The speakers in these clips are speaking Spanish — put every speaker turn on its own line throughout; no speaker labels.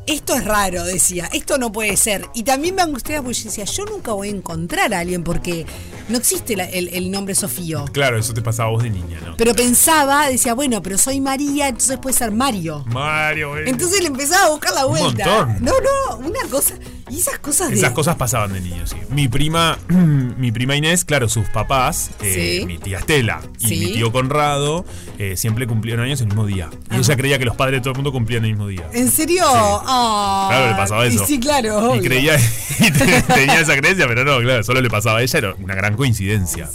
Esto es raro, decía, esto no puede ser. Y también me angustiaba porque yo decía, yo nunca voy a encontrar a alguien porque no existe la- el, el nombre Sofío.
Claro, eso te pasaba a vos de niña, ¿no?
Pero pensaba, decía, bueno, pero soy María, entonces puede ser Mario.
Mario, eh.
Entonces le empezaba a buscar la
Un
vuelta.
montón.
No, no, una cosa. Y esas cosas de.
Esas cosas pasaban de niños, sí. Mi prima, mi prima Inés, claro, sus papás, eh,
Sí.
mi tía Estela y
Sí.
mi tío Conrado, eh, siempre cumplieron años el mismo día. Y ella creía que los padres de todo el mundo cumplían el mismo día.
¿En serio? Ah,
Claro, le pasaba
y
eso.
Sí, claro.
Y
obvio.
creía, y te- tenía esa creencia, pero no, claro, solo le pasaba a ella, era una gran coincidencia.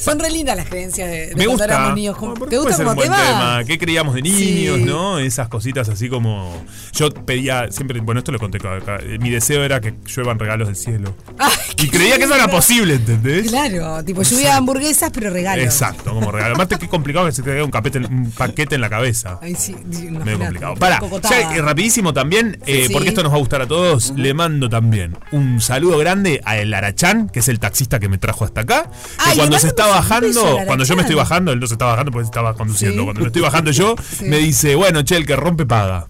Son re lindas las creencias de, de
Me
cuando
gusta.
éramos niños.
Bueno, porque
¿Te
puede
gusta
ser
como
un buen
tema?
¿Qué creíamos de niños,
Sí.
no? Esas cositas así como. Yo pedía, siempre, bueno, esto lo conté acá. eh, Mi deseo era que lluevan regalos del cielo.
Ay,
Y
qué
creía que eso era
lindo.
posible, ¿entendés?
Claro, tipo lluvia de hamburguesas, pero regalos.
Exacto, como regalo. Aparte, qué complicado que se te caiga un, capete- un paquete en la cabeza.
Ay, sí,
Medio
imagínate,
complicado. Para,
cocotada.
rapidísimo también, eh,
sí.
porque esto nos va a gustar a todos, le mando también un saludo grande a El Arachán, que es el taxista que me trajo hasta acá. Que
Ay, le
cuando se
mandamos
está
un beso al
bajando,
Arachán.
cuando yo me estoy bajando, él no se está bajando porque estaba conduciendo.
Sí.
Cuando me estoy bajando yo,
Sí.
me dice, bueno, che, el que rompe paga.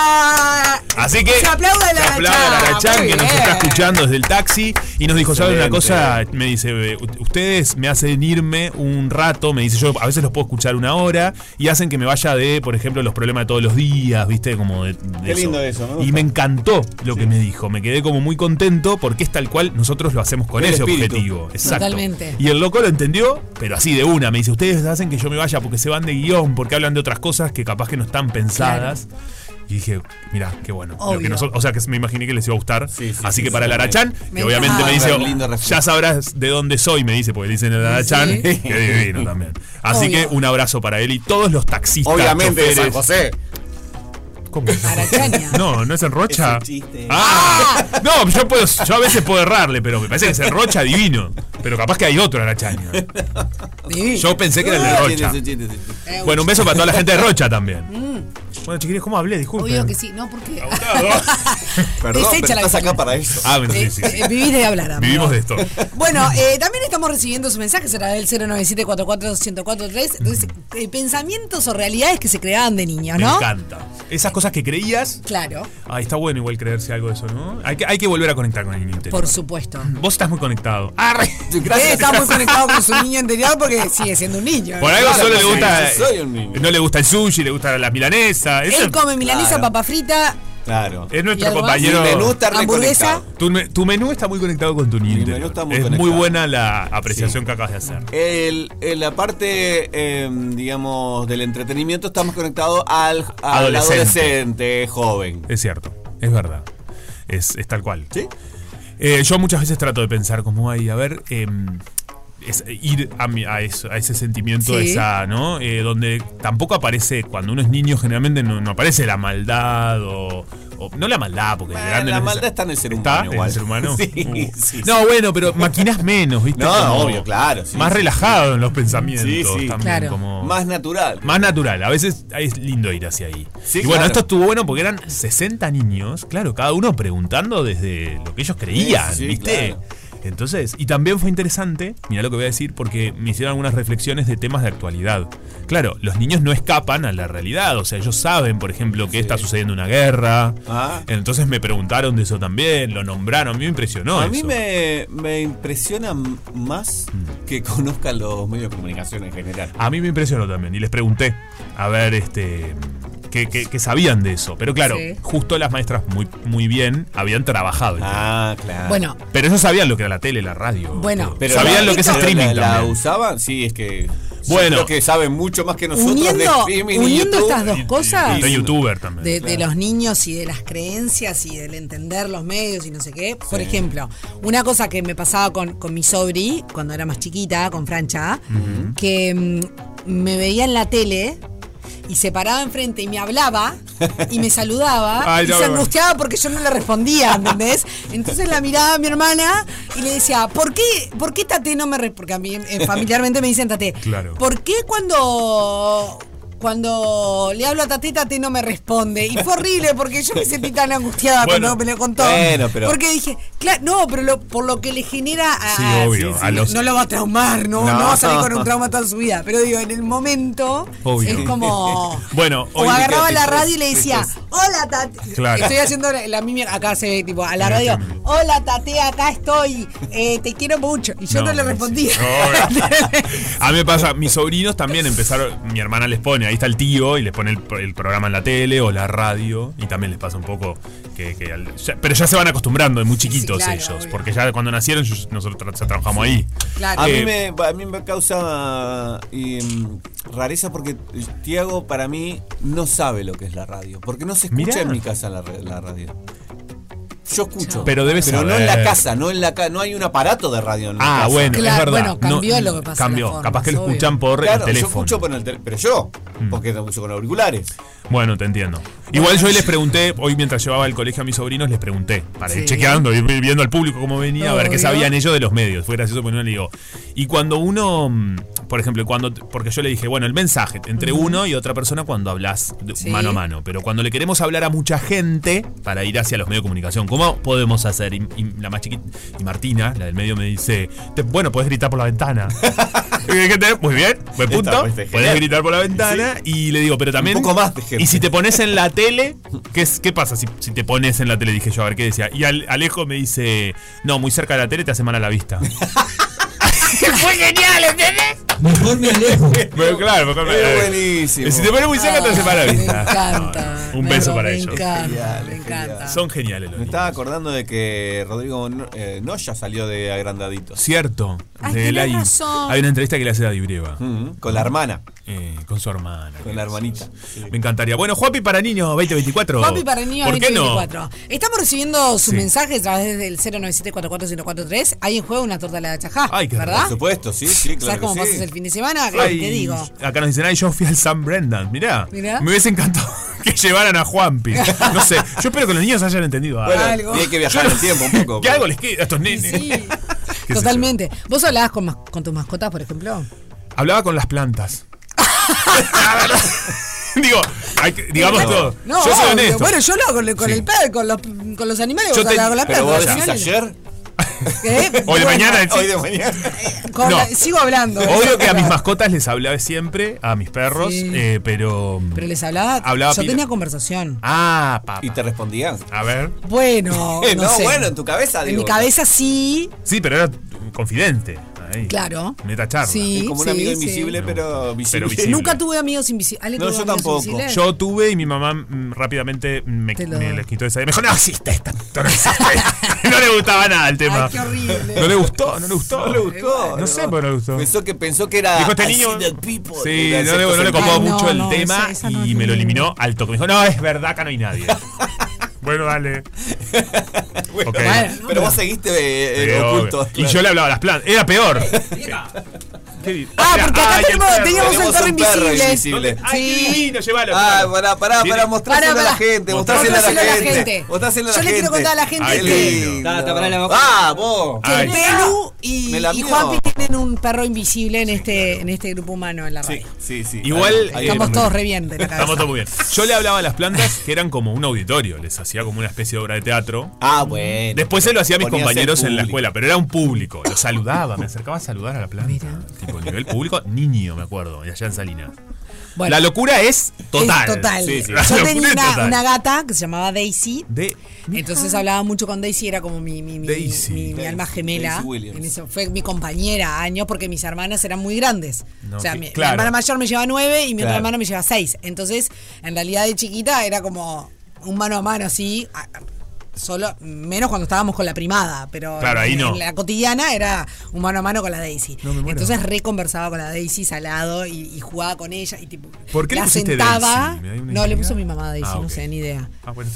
Ah,
Así que.
Se aplauda el
se aplaude
Arachán,
al Arachán,
muy
que nos
bien.
está escuchando desde el taxi. Y nos dijo, ¿saben una
Excelente.
cosa? Me dice, eh, u- ustedes me hacen irme un rato. Me dice, yo a veces los puedo escuchar una hora. Y hacen que me vaya de, por ejemplo, los problemas de todos los días, ¿viste? Como de, de
Qué lindo eso, me gusta.
y me encantó lo que me dijo. Me quedé como muy contento porque es tal cual nosotros lo hacemos con
El
ese
espíritu.
objetivo. Exacto.
Totalmente.
Y el loco lo entendió, pero así de una. Me dice, ustedes hacen que yo me vaya porque se van de guión, porque hablan de otras cosas que capaz que no están pensadas. Y dije, mirá, qué bueno. Lo
Obvio.
que nosotros- o sea, que me imaginé que les iba a gustar.
Sí, sí,
Así
sí,
que
sí,
para el
sí.
Arachán,
Me
que obviamente me dice,
encanta. Lindo reflejo.
ya sabrás de dónde soy, me dice, porque le dicen el Arachán.
Sí.
que divino también. Así
Obvio.
que un abrazo para él y todos los taxistas.
Obviamente de San José.
choferes. ¿Cómo es?
Arachaña.
No, no es en Rocha.
Es un chiste.
Ah, no, yo, puedo, yo a veces puedo errarle, pero me parece que es en Rocha divino. Pero capaz que hay otro Arachaña.
divino.
Yo pensé que era el de
Ah, chiste,
Rocha.
chiste, chiste, chiste.
Bueno, un beso para toda la gente de Rocha también. Bueno, chiquillos, ¿cómo hablé? Disculpen.
Mm. Obvio que sí, no, porque.
Perdón, pero
Desecha la
estás
ventana.
acá para eso.
Ah, bueno, sí, sí, sí.
Eh, eh, vivís de hablar, amigo.
Vivimos de esto.
Bueno, eh, también estamos recibiendo sus mensajes a través del 097-44143. Entonces, eh, pensamientos o realidades que se creaban de
¿Ah,
niños,
Me
¿no?
encanta. Esas cosas que creías.
Claro,
Ay, está bueno igual creerse algo de eso, ¿no? Hay que, hay que volver a conectar con el niño interior.
por supuesto.
Vos estás muy conectado.
Ah,
Arre.
Usted está muy conectado con su niño anterior porque sigue siendo un niño. ¿eh?
Por algo
Claro,
solo le
porque
gusta.
yo soy un niño.
No le gusta el sushi, le gusta la milanesa. Eso
Él come milanesa,
Claro.
papa frita,
Claro.
es
¿Y
nuestro
algo más?
Mi
compañero.
menú está
hamburguesa.
reconectado.
Tu, me- tu menú está muy conectado con tu niño.
menú
interior.
está muy
es muy
conectado.
buena la apreciación que acabas de hacer.
El, el- la parte, eh, digamos, del entretenimiento está más conectado al, al
Adolescente.
adolescente. joven.
Es cierto, es verdad. Es, es tal cual.
¿Sí?
Eh, yo muchas veces trato de pensar como hay, a ver, em, es ir a, mi- a eso- a ese sentimiento,
Sí.
esa, ¿no? Eh, donde tampoco aparece, cuando uno es niño generalmente no, no aparece la maldad o, o- No la maldad, porque de
Bueno,
grande
la
no es
maldad
esa-
está en el ser
¿Está
humano
en
igual.
el ser humano?
Sí,
Uh.
sí, sí.
No, bueno, pero maquinás menos, ¿viste?
No, obvio, claro, sí,
más
sí,
relajado en los pensamientos.
Sí, sí.
también,
Claro.
como-
Más natural.
Oh. más natural, a veces es lindo ir hacia ahí.
Sí,
y bueno,
claro.
esto estuvo bueno porque eran 60 niños, claro, cada uno preguntando desde lo que ellos creían,
Sí, sí,
¿viste?
claro.
Entonces, y también fue interesante, mira lo que voy a decir, porque me hicieron algunas reflexiones de temas de actualidad. Claro, los niños no escapan a la realidad, o sea, ellos saben, por ejemplo, que está sucediendo una guerra.
Ah.
Entonces me preguntaron de eso también, lo nombraron, a mí me impresionó.
a mí
eso. Mm.
me, me impresiona m- más que conozca los medios de comunicación en general.
A mí me impresionó también y les pregunté, a ver, este, qué, qué- qué sabían de eso. Pero claro,
Sí.
justo las maestras muy, muy bien habían trabajado. el tema.
Ah, claro.
Bueno,
Pero ellos sabían lo que era la tele, la radio.
Bueno.
todo.
Pero
sabían
la-
lo que es
pero
streaming
la, la
también.
usaban? Sí, es que. yo
Bueno.
creo que saben mucho más que nosotros de
uniendo,
streaming y
uniendo
YouTube.
estas dos cosas
Y de youtuber también.
de, de los niños y de las creencias y del entender los medios y no sé qué. Por ejemplo, una cosa que me pasaba con, con mi sobri cuando era más chiquita, con Francha, que mm, me veía en la tele. Y se paraba enfrente y me hablaba y me saludaba
Ay,
y
no,
se
no.
angustiaba porque yo no le respondía, ¿entendés? Entonces la miraba a mi hermana y le decía, ¿por qué, por qué Tate no me responde? Porque a mí eh, familiarmente me dicen Tate.
Claro.
¿Por qué cuando cuando le hablo a Tatita, Tati no me responde. Y fue horrible porque yo me sentí tan angustiada
Bueno.
cuando me lo contó.
Bueno, pero-
Porque dije, claro, no, pero lo- por lo que le genera a.
Sí, obvio, a los-
No lo va a traumar, ¿no?
No.
No, va a salir con un trauma toda su vida. Pero digo, en el momento
Obvio.
es como.
Bueno,
o
hoy-
agarraba la
Fíjate,
radio y le decía,
fíjate.
hola Tati.
Claro.
Estoy haciendo la, la mimi- acá se ve tipo a la
Mira,
radio,
Cami.
hola Tati, acá estoy, eh, te quiero mucho. Y yo no, le
sí.
respondía.
No, a mí me pasa, mis sobrinos también empezaron, mi hermana les pone, ahí está el tío y les pone el, el programa en la tele o la radio y también les pasa un poco que... que al- ya- pero ya se van acostumbrando de muy chiquitos
claro,
ellos,
obvio.
porque ya cuando nacieron yo- nosotros tra- ya trabajamos ahí.
Claro.
A mí,
Eh,
me, a mí me causa eh, rareza porque Tiago para mí no sabe lo que es la radio. Porque no se escucha
Mirá.
en mi casa la, ra- la radio. Yo escucho.
Pero debe
no en la
saber.
casa, no en la ca- no hay un aparato de radio en la
Ah,
casa.
bueno, es
Claro,
verdad.
bueno, cambió
No,
lo que pasa en
Cambió,
las formas,
capaz que lo
obvio.
escuchan por
Claro,
el
yo
teléfono. Mm.
escucho con el teléfono. Pero yo, porque lo escucho con auriculares.
Bueno, te entiendo. Igual yo hoy les pregunté, hoy mientras llevaba al colegio a mis sobrinos, les pregunté, para ir
Sí.
chequeando, ir viendo al público cómo venía, a ver qué
Obvio.
sabían ellos de los medios. Fue gracioso porque uno le digo. Y cuando uno, mm, por ejemplo, cuando porque yo le dije, bueno, el mensaje entre uno y otra persona cuando hablas de-
Sí.
mano a mano, pero cuando le queremos hablar a mucha gente para ir hacia los medios de comunicación, ¿cómo podemos hacer? Y, y la más chiquita, y Martina, la del medio, me dice, "Te- bueno, puedes gritar por la ventana. Y dije, "Te- Muy bien, buen
Está,
punto.
pues, está
Puedes
genial.
gritar por la ventana y le digo, pero también...
poco más de gente.
Y si te pones en la tele, ¿qué, es- qué pasa si, si te pones en la tele? Dije yo, a ver qué decía. Y Al- Alejo me dice, no, muy cerca de la tele te hace mal a la vista. Fue genial, ¿entendés?
Mejor me alejo.
Pero claro, mejor me-
Es buenísimo.
Si te pones muy cerca te hace mal a la
Ah, Me
vista.
encanta.
Un
me-
beso para
me
ellos.
Encanta,
Genial,
me
genial.
encanta.
Son geniales
Me
los niños.
estaba acordando de que Rodrigo No- eh, Noya salió de agrandaditos.
Cierto.
Ay,
de
tenés
la I.
razón.
Hay una entrevista que le hace a Dibreva.
Mm, Con la hermana.
eh, con su hermana.
Con la hermanita. Sí.
Me encantaría. Bueno, Juapi para niños 2024.
Papi para niños
¿Por qué no?
2024. Estamos recibiendo sus
Sí.
mensajes a través del 097-44143. Hay en juego una torta de la chajá.
Ay, qué
¿Verdad?
Por supuesto, sí, sí,
¿Sabes
claro.
cómo
que
pasas
sí.
el fin de semana? Claro,
Ay,
Te digo.
Acá nos dicen, ay, yo fui al San Brendan. Mirá,
Mirá.
me hubiese encantado que llevaran a Juanpi. No sé, yo espero que los niños hayan entendido algo.
Bueno,
Algo.
y hay que viajar en el tiempo un poco.
¿Qué
pero-
algo les queda a estos nenes?
Sí.
yo.
Totalmente. ¿Vos hablabas con, mas- con tus mascotas, por ejemplo?
Hablaba con las plantas. Digo, hay que- digamos todo. yo soy
obvio.
honesto.
Bueno, yo lo hago con, con
Sí.
el perro, con los, con los animales,
Yo
vos
te-
hablabas con la
Pero
plata,
vos
con
decís
los animales.
ayer,
¿Eh?
Hoy de
Bueno,
mañana, Ah, sí.
hoy de mañana.
con
No.
la- sigo hablando.
Obvio que a mis mascotas les hablaba siempre, a mis perros,
Sí.
eh, pero.
Pero les hablaba,
Hablaba
yo
pila.
tenía conversación.
Ah, papá.
Y te respondían.
A ver.
Bueno,
Eh,
no,
no,
sé.
bueno, en tu cabeza,
En
digo.
mi cabeza sí,
Sí, pero era confidente. Ahí.
Claro.
Neta charla.
Sí.
Es como un
sí,
amigo
sí.
invisible, pero visible.
visible.
Nunca tuve amigos invisibles.
No, yo tampoco.
Yo tuve y mi mamá mm, rápidamente me,
Te lo-
me la quitó esa idea. Me dijo, no existe esta, esto no existe. no le gustaba nada el tema.
Ay, qué horrible.
No le gustó, no le gustó.
No le gustó.
No sé por qué no le gustó.
Pensó que, pensó que era.
Dijo este
así
niño.
del people,
Sí,
era
no le,
sexto
no le
sentido.
copó
Ay, no,
mucho el
no,
tema
esa- esa
y
no es
me lo
mi-
eliminó al toque. Me dijo, no, es verdad que no hay nadie. bueno,
Eh,
dale.
Bueno,
Ok.
Pero vos seguiste eh, eh,
Pero,
oculto.
y yo le hablaba a las plantas. Era peor. ¿Qué di-
Ah, porque acá
ay, el
tenemos-
perro.
teníamos
Tenemos
el perro
un perro
invisible.
invisible.
Ay, qué
Sí.
divino, llévalo.
Ah,
llévalo.
pará, pará,
Tiene-
pará, mostrárselo
Pará,
a la
pará.
gente, mostrárselo a
Mostrárselo
la gente.
Yo le quiero contar a la gente
Ay,
que,
lindo.
Ta, ta, pará, la boca.
Ah, vos.
que
Ay.
Belu y,
Me la
y
mío.
Juanpi tienen un perro invisible en este, en este grupo humano en la radio.
Sí, sí, sí.
Igual- eh,
Ahí- ahí
Estamos
era.
todos re bien de la cabeza.
Estamos todos muy bien. Yo le hablaba a las plantas que eran como un auditorio, les hacía como una especie de obra de teatro.
Ah, bueno.
Después se lo hacía a mis
Ponías el
compañeros en la
público.
escuela, pero era un público. Lo saludaba, me acercaba a saludar a la planta. Tipo, nivel público, niño, me acuerdo, de allá en Salinas.
Bueno.
la locura es total.
Es total.
Sí, sí, la
Yo
locura
tenía
es
una,
total.
una gata que se llamaba Daisy.
De,
Entonces hablaba mucho con Daisy, era como mi, mi, mi,
Daisy.
mi- mi
Daisy,
alma gemela.
Daisy Williams.
En ese- fue mi compañera años porque mis hermanas eran muy grandes.
No,
o sea,
que-
mi, mi
claro.
hermana mayor me lleva nueve y mi
Claro.
otra hermana me lleva seis. Entonces, en realidad de chiquita era como un mano a mano así. a- Solo, menos cuando estábamos con la primada, pero
Claro, ahí
en-
no.
en la cotidiana era un mano a mano con la Daisy.
No, me muero.
Entonces reconversaba con la Daisy salado y, y jugaba con ella y tipo
¿Por qué le
la
pusiste
sentaba.
Daisy? ¿Me da una
No, le
idea?
puso mi mamá Daisy,
Ah,
no
ok.
sé, ni idea.
ah, bueno.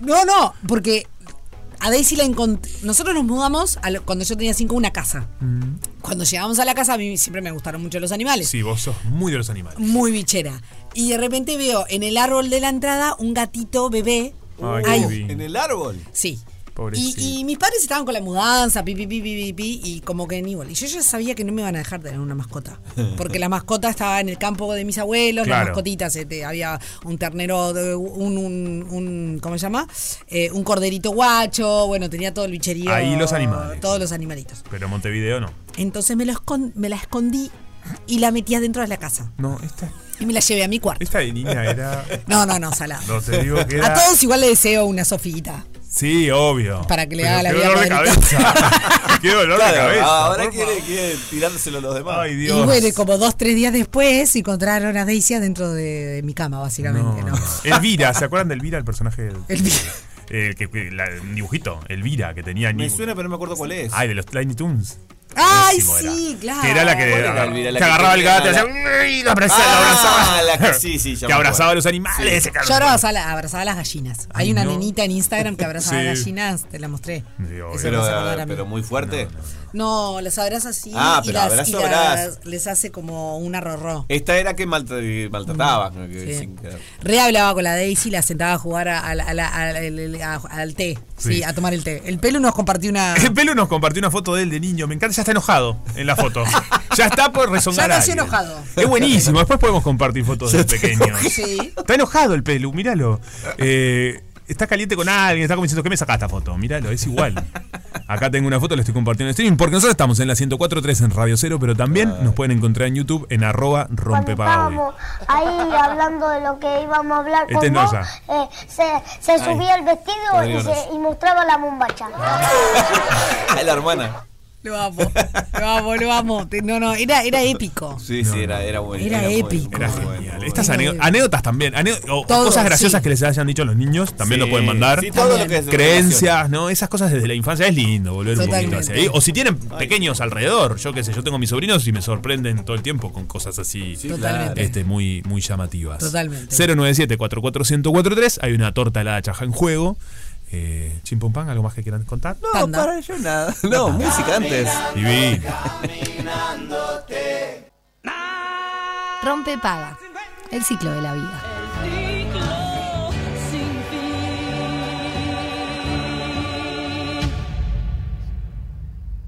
No, no, porque a Daisy la encontré. Nosotros nos mudamos a lo- cuando yo tenía cinco a una casa. Cuando llegamos a la casa, a mí siempre me gustaron mucho los animales.
Mm. Sí, vos sos muy de los animales.
Muy bichera. Y de repente veo en el árbol de la entrada un gatito bebé.
Ay,
ahí.
qué divino.
¿En el árbol?
Sí. Y,
Pobrecito.
y mis padres estaban con la mudanza, pi, pi, pi, pi, pi, pi, y como que ni igual. Y yo ya sabía que no me iban a dejar tener una mascota. Porque la mascota estaba en el campo de mis abuelos,
Claro.
la mascotita, se te- había un ternero, de- un, un, un- ¿cómo se llama? Eh, un corderito guacho, bueno, tenía todo el bicherío.
Ahí los animales.
Todos los animalitos.
Pero Montevideo no.
Entonces me, lo escon- me la escondí y la metía dentro de la casa.
No, esta,
Y me la llevé a mi cuarto.
esta de niña era.
No, no, no, salado.
No te digo que
A
era.
todos igual le deseo una sofita.
Sí, obvio.
Para que le
Pero
haga la
qué
vida
dolor de
cuadrita.
cabeza. qué dolor de
Claro,
cabeza.
ahora
por
quiere,
favor.
quiere tirárselo a los demás.
Ay,
Y
Dios.
bueno, y como dos, tres días después encontraron a Daisy adentro de, de mi cama,
No.
básicamente, ¿no?
Elvira, ¿se acuerdan de Elvira, el personaje? del-
El vi-
eh, que, que- la- el dibujito, Elvira, que tenía.
me
ni-
suena, pero no me acuerdo cuál es.
Ay, de los Tiny Toons.
¡Ay,
Buenísimo era.
sí, claro!
Que era la que,
¿Cuál era Elvira? La
se
que
agarraba el gato y
tenía
hacía. "Uy", Lo abrazaba, lo
Ah,
abrazaba.
la que- sí, sí, ya
Que
me
abrazaba
acuerdo.
a los animales. se
Yo
cargaba.
abrazaba, la- abrazaba las gallinas.
Ay,
Hay una
no.
nenita en Instagram que abrazaba
Sí.
las gallinas, te la mostré.
Sí, obvio.
Eso
pero,
me hace acordar a
eh,
mí.
pero muy fuerte.
No, las abraza así
Ah,
y,
pero
las,
abrazo,
y las-
abrazo.
les hace como una rorró.
Esta era que maltra- maltratabas. ¿no? Que
Sí.
sin querer.
Re hablaba con la Daisy, la sentaba a jugar a- a la- a la- al- al- a- al té. Sí.
Sí.
a tomar el té. El pelo nos compartió una.
El pelo nos compartió una foto de él de niño. Me encanta, ya está enojado en la foto. Ya está por rezongar.
Ya nació
a alguien.
enojado.
Es buenísimo. Después podemos compartir fotos de pequeños.
Sí.
Está enojado el pelu, míralo. Eh, está caliente con alguien, está como diciendo, ¿qué me saca esta foto? Míralo, es igual. Acá tengo una foto, le estoy compartiendo en streaming, porque nosotros estamos en la 104.3 en Radio Cero, pero también nos pueden encontrar en YouTube en arroba
cuando
rompepago.
estábamos ahí hablando de lo que íbamos a hablar
Este
con
no
vos,
ya.
eh, se, se subía el vestido
Rodrigo no
y, se-
es.
y mostraba la bombacha.
Ay, la hermana.
Lo amo, lo amo, lo amo. Te- No, no, era, era épico.
Sí, sí, era, era bueno.
Era
muy-
épico.
muy
Era
bueno, muy
genial.
bueno.
Estas ane- anécdotas también, ane- o
Todo,
cosas graciosas
sí.
que les hayan dicho a los niños, también lo
Sí,
pueden mandar.
sí, todo lo que es
Creencias, ¿no? Esas cosas desde la infancia es lindo volver un
Totalmente.
poquito hacia ahí. O si tienen pequeños alrededor, yo qué sé, yo tengo mis sobrinos y me sorprenden todo el tiempo con cosas así.
Sí,
Totalmente.
este, muy, muy llamativas.
Totalmente.
097-44143. Hay una torta helada chaja en juego. Eh, Chimpompán, ¿algo más que quieran contar?
No,
Tanda.
para yo nada. No, música antes.
Divino.
Rompe paga. El ciclo de la vida.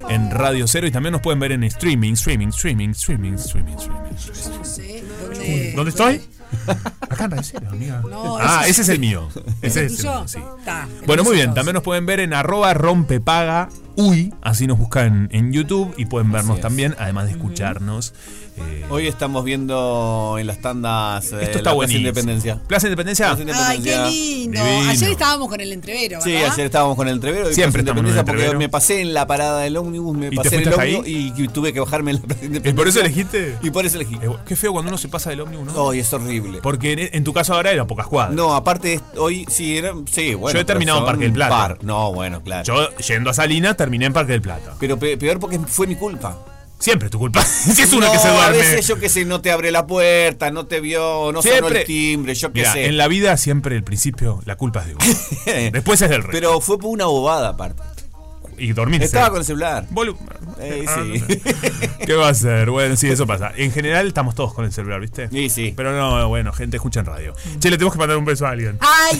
En Radio Cero y también nos pueden ver en streaming, streaming, streaming, streaming, streaming, streaming. streaming.
Sí, ¿dónde-
Eh, ¿Dónde estoy? Acá en Radio Cero, amiga.
No,
ah,
ese-
ese es el mío. Ese es el
¿Tuyo?
mío, sí.
Está,
Bueno, muy bien.
entonces.
También nos pueden ver en arroba rompepaga uy. Así nos buscan en YouTube y pueden vernos
es.
también, además de escucharnos. Eh,
Hoy estamos viendo en las tandas eh,
esto
la
está
Plaza
buenísimo.
Independencia.
¿Plaza Independencia?
Plaza
Ay, qué
Independencia.
lindo.
Divino.
Ayer estábamos con el entrevero,
Sí,
¿verdad?
ayer estábamos con el entrevero. hoy
Siempre
Plaza
estamos con el
Independencia porque
entrevero.
me pasé en la parada del ómnibus, me
te
pasé en el
fuiste hasta
ómnibus y, y tuve que bajarme en la Plaza
¿Y
Independencia.
por eso elegiste?
Y por eso elegí.
Eh, Qué feo cuando uno se pasa del ómnibus, ¿no?
Ay, es horrible.
Porque en, en tu caso ahora era pocas cuadras.
No, aparte es- hoy sí, era, sí, bueno.
Yo
pero
he terminado en
son
Parque del Plata.
par. No, bueno, claro.
Yo, yendo a Salinas, terminé en Parque del Plata.
Pero pe- peor porque fue mi culpa.
Siempre es tu culpa. si es uno
No,
que se
A
duerme.
veces yo que sé, no te abre la puerta, no te vio, no sonó el timbre, yo qué
Mira,
sé.
En la vida siempre el principio, la culpa es de uno. Después es del rey.
Pero fue por una bobada aparte.
y dormiste.
Estaba con el celular.
Volu-
Eh,
Ah,
sí.
¿Qué va a ser? Bueno, sí, eso pasa. En general estamos todos con el celular, ¿viste?
Sí, sí.
Pero no, bueno, gente, escucha en radio. Che, le tenemos que mandar un beso a alguien.
¡Ay,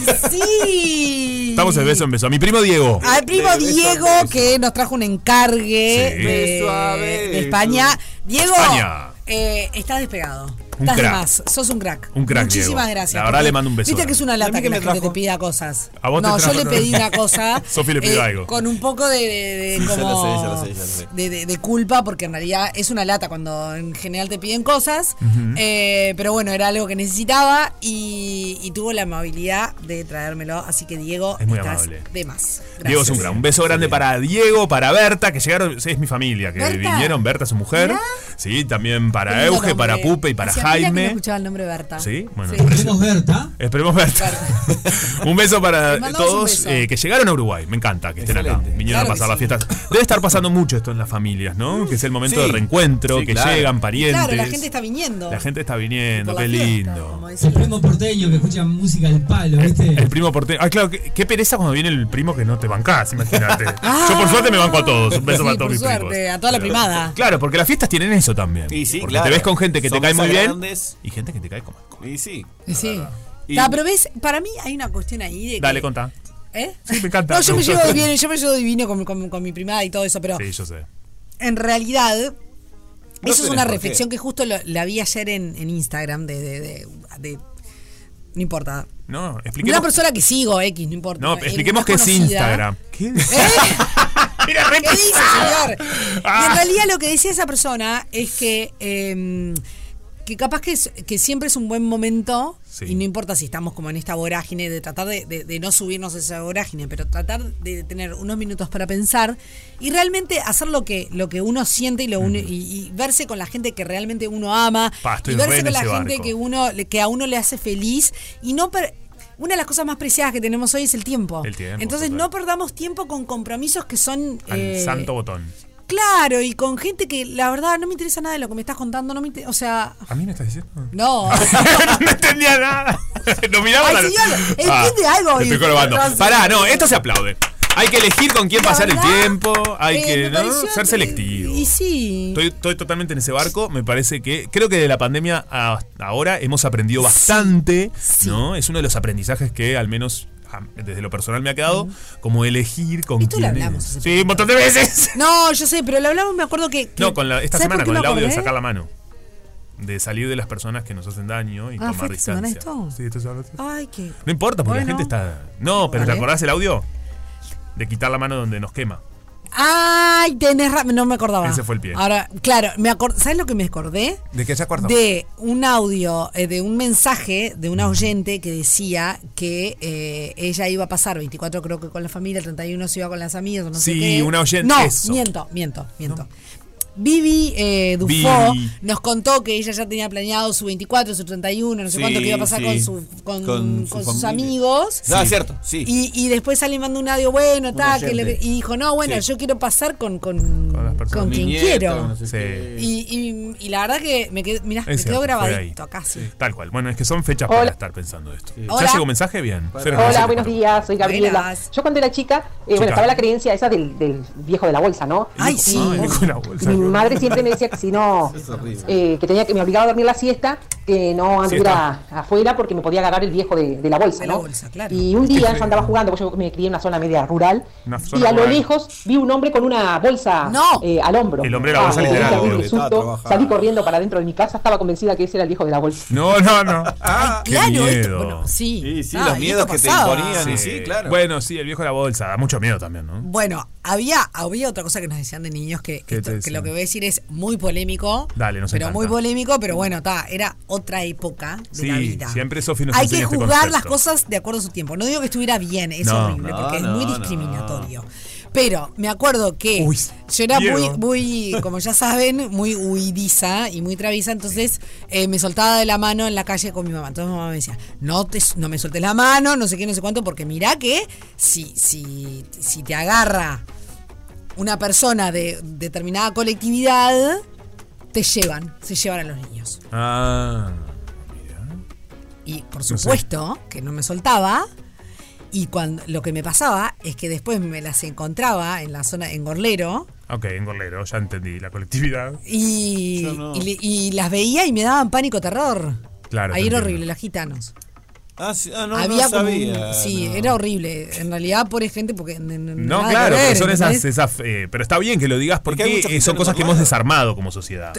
sí!
Estamos en beso en beso. A mi primo Diego.
Al primo
De beso,
Diego
beso.
que nos trajo un encargue
Sí.
de,
Beso a beso.
de España. Diego,
España.
eh, estás despegado.
Un
estás de
crack.
más. Sos un crack.
Un crack,
Muchísimas
Diego.
gracias.
La verdad,
porque
le mando un beso
Viste que es una
grande.
lata
¿A mí qué
que la
me
gente te
trajo?
pida cosas.
¿A vos te
no,
trajo?
yo le pedí una cosa. eh,
Sofi le pidió algo.
Con un poco de, de- de
Sí, ya
como
lo sé, ya lo sé, ya lo sé.
De, de- de culpa, porque en realidad es una lata cuando en general te piden cosas. Eh, pero bueno, era algo que necesitaba y, y tuvo la amabilidad de traérmelo. Así que Diego,
Es muy
estás
amable.
de más.
Diego es un gran. Un beso grande para Diego, para Berta, que llegaron, es mi familia, que
¿Berta?
vinieron, Berta, su mujer.
Mirá.
Sí, también para
Qué lindo
Euge, para
nombre.
Pupe y para
Hacía pila que no
Jaime.
escuchaba el nombre Berta.
Sí, bueno,
Somos Berta.
Esperemos Berta. un beso para
Les mandamos
todos
un beso.
eh, que llegaron a Uruguay. Me encanta que estén acá.
Excelente.
Vinieron
Claro
a pasar las
que sí.
fiestas. Debe estar pasando mucho esto en las familias, ¿no? que es el momento
Sí.
de reencuentro,
Sí,
que
claro.
llegan parientes.
Claro, la gente está viniendo.
La gente está
por
viniendo,
la
qué
fiesta,
lindo.
como
El
decía.
primo porteño que escucha música al palo,
El
¿viste?
primo porteño. Ah, claro, qué, qué pereza cuando viene el primo que no te bancás, imagínate. Yo por suerte me banco a todos. Un beso
Sí,
para todos
por
mis
suerte,
primos.
a toda la
Pero-
primada.
Claro, porque las fiestas tienen eso también.
Y sí,
Porque
claro.
Te ves con gente que
Son
te cae muy
mesas
bien
grandes.
y gente que te cae como el culo.
Y sí.
Sí.
Y-
Ta, pero ves, para mí hay una cuestión ahí de que
Dale, contá.
¿Eh?
Sí, me encanta.
No, yo me
gustó.
llevo divino, yo me llevo divino con, con- con mi primada y todo eso, pero
Sí, yo sé.
en realidad,
No
eso es
tenés
una
por qué.
reflexión que justo lo- la vi ayer en, en Instagram de, de- de- de- No importa.
No,
De una
expliquemos.
persona que sigo, X, no importa.
No,
Eh,
expliquemos
una
qué es
conocida. ¿Eh?
Instagram. ¿Qué? Mira, re
¿Qué dice,
pesada.
señor?
Ah.
Y en realidad lo que decía esa persona es que. eh, que capaz que, es- que siempre es un buen momento,
Sí.
y no importa si estamos como en esta vorágine, de tratar de, de- de no subirnos a esa vorágine, pero tratar de tener unos minutos para pensar y realmente hacer lo que, lo que uno siente y, lo uno- y, y verse con la gente que realmente uno ama,
Pa, estoy
y
re
verse
en
con la
ese
gente
barco.
que, uno, le- que a uno le hace feliz y no... per- una de las cosas más preciadas que tenemos hoy es el tiempo.
El tiempo,
Entonces
total.
no perdamos tiempo con compromisos que son
Al
eh,
santo botón.
Claro, y con gente que la verdad no me interesa nada de lo que me estás contando, no me inter- o sea,
¿A mí me estás diciendo?
no.
no entendía nada. Nos miramos
Ay,
la-
señor, entiende algo,
te estoy
dice,
jorobando.
entonces.
Pará, no, esto se aplaude. Hay que elegir con quién
La
pasar el
verdad,
tiempo, hay
eh,
que
me
¿no?
pareció
ser
que-
selectivo.
Y sí.
Estoy, estoy totalmente en ese barco. Me parece que. Creo que de la pandemia a ahora hemos aprendido bastante, ¿no? Es uno de los aprendizajes que al menos. a- Desde lo personal me ha quedado como elegir con
Esto lo
quién
hablamos
es.
hace
Sí, un montón de veces.
No, yo sé, pero lo hablamos, me acuerdo que, que-
No, con la, esta
¿sabes
semana,
por qué
con
me
el audio de
acordé?
sacar la mano. De salir de las personas que nos hacen daño y
Ah,
tomar
¿fue esta semana
distancia.
esto?
Sí, esto es ahora, sí.
Ay, qué
No importa, porque la
Bueno.
gente está. No, pero ¿te
Vale.
acordás el audio? De quitar la mano donde nos quema.
Ay, tenés ra- no me acordaba.
Ese fue el pie.
Ahora, claro, me acor- ¿sabes lo que me acordé?
¿De qué se acuerda?
De un audio, eh, de un mensaje de una oyente que decía que eh, ella iba a pasar 24 creo que con la familia, el 31 se iba con las amigas, o no sé
Sí,
qué.
una oyente,
No,
eso.
miento, miento, miento. Vivi eh, Dufo
Vivi.
nos contó que ella ya tenía planeado su 24, su 31, no sé
Sí,
cuánto que iba a pasar
sí.
con, su- con,
Con su
con sus
familia.
amigos.
No, es cierto, sí.
Y, y después alguien mandó un audio, bueno, ta, que le-
oyente.
y dijo, no, bueno,
Sí.
yo quiero pasar con, con,
Con las personas.
con
Mi
quien
nieto,
quiero.
no sé
Sí.
qué.
Y, y- y la verdad que me quedó, mirá,
Es
me
cierto,
quedó
fue
grabadito
ahí.
casi.
Tal cual. Bueno, es que son fechas para estar pensando esto.
Hola.
¿Ya llegó mensaje? Bien.
Hola, buenos días, soy Gabriela.
Buenas.
Yo cuando era chica, eh,
Chica.
bueno, estaba la creencia esa del, del viejo de la bolsa, ¿no?
Ay, sí.
eh.
Y Mi madre siempre me decía que si no, eh, que tenía que me obligaba a dormir la siesta, que no anduviera afuera porque me podía agarrar el viejo de, de la bolsa,
De la
¿no?
bolsa, claro.
Y un día yo andaba jugando, porque yo me crié en una zona media rural,
Una
y
zona
a lo
rural.
lejos vi un hombre con una bolsa
No.
eh, al hombro.
El hombre de la bolsa,
me dio
literal.
terrible
Pobre, estaba
susto,
trabajando.
salí corriendo para dentro de mi casa, estaba convencida que ese era el viejo de la bolsa.
No, no, no.
Ah,
Ah, Qué
claro, esto-
miedo.
bueno, sí.
Sí, sí,
Ah,
los
y
miedos
esto
que te
pasaba.
imponían. Sí, sí, claro.
Bueno, sí, el viejo de la bolsa. Da mucho miedo también, ¿no?
Bueno, había, había otra cosa que nos decían de niños que,
¿Qué
esto-
te
que lo
decían?
que voy a decir es muy polémico.
Dale, nos
Pero
encanta.
muy polémico, pero bueno, está, era otra época de
Sí,
la vida.
siempre Sofi nos
Hay
enseña
que
este
juzgar las
concepto.
cosas de acuerdo a su tiempo. No digo que estuviera bien, es
No,
horrible,
no,
porque es
no,
muy
no.
discriminatorio. Pero me acuerdo que
Uy,
yo era muy,
miedo.
muy, como ya saben, muy huidiza y muy traviesa, entonces eh, me soltaba de la mano en la calle con mi mamá. Entonces mi mamá me decía, no, te, no me soltes la mano, no sé qué, no sé cuánto, porque mirá que si, si, si te agarra una persona de determinada colectividad, te llevan, se llevan a los niños.
Ah.
Y por
sé.
supuesto que no me soltaba. Y cuando, lo que me pasaba es que después me las encontraba en la zona, en Gorlero,
Ok, engorlero, ya entendí. La colectividad.
y,
Yo no.
y le- y las veía y me daban pánico, terror.
Claro,
Ahí
te entiendo.
era horrible, los gitanos.
Ah, sí, ah, no,
Había
no
como un-
sabía.
sí,
no.
era horrible. En realidad, por gente, porque. n- n-
No,
nada que
claro,
ver,
pero son esas,
¿entendés?
esas eh, pero está bien que lo digas
que hay
porque
mucha
eh,
gente
son
no
cosas que hemos
normal.
desarmado como sociedad.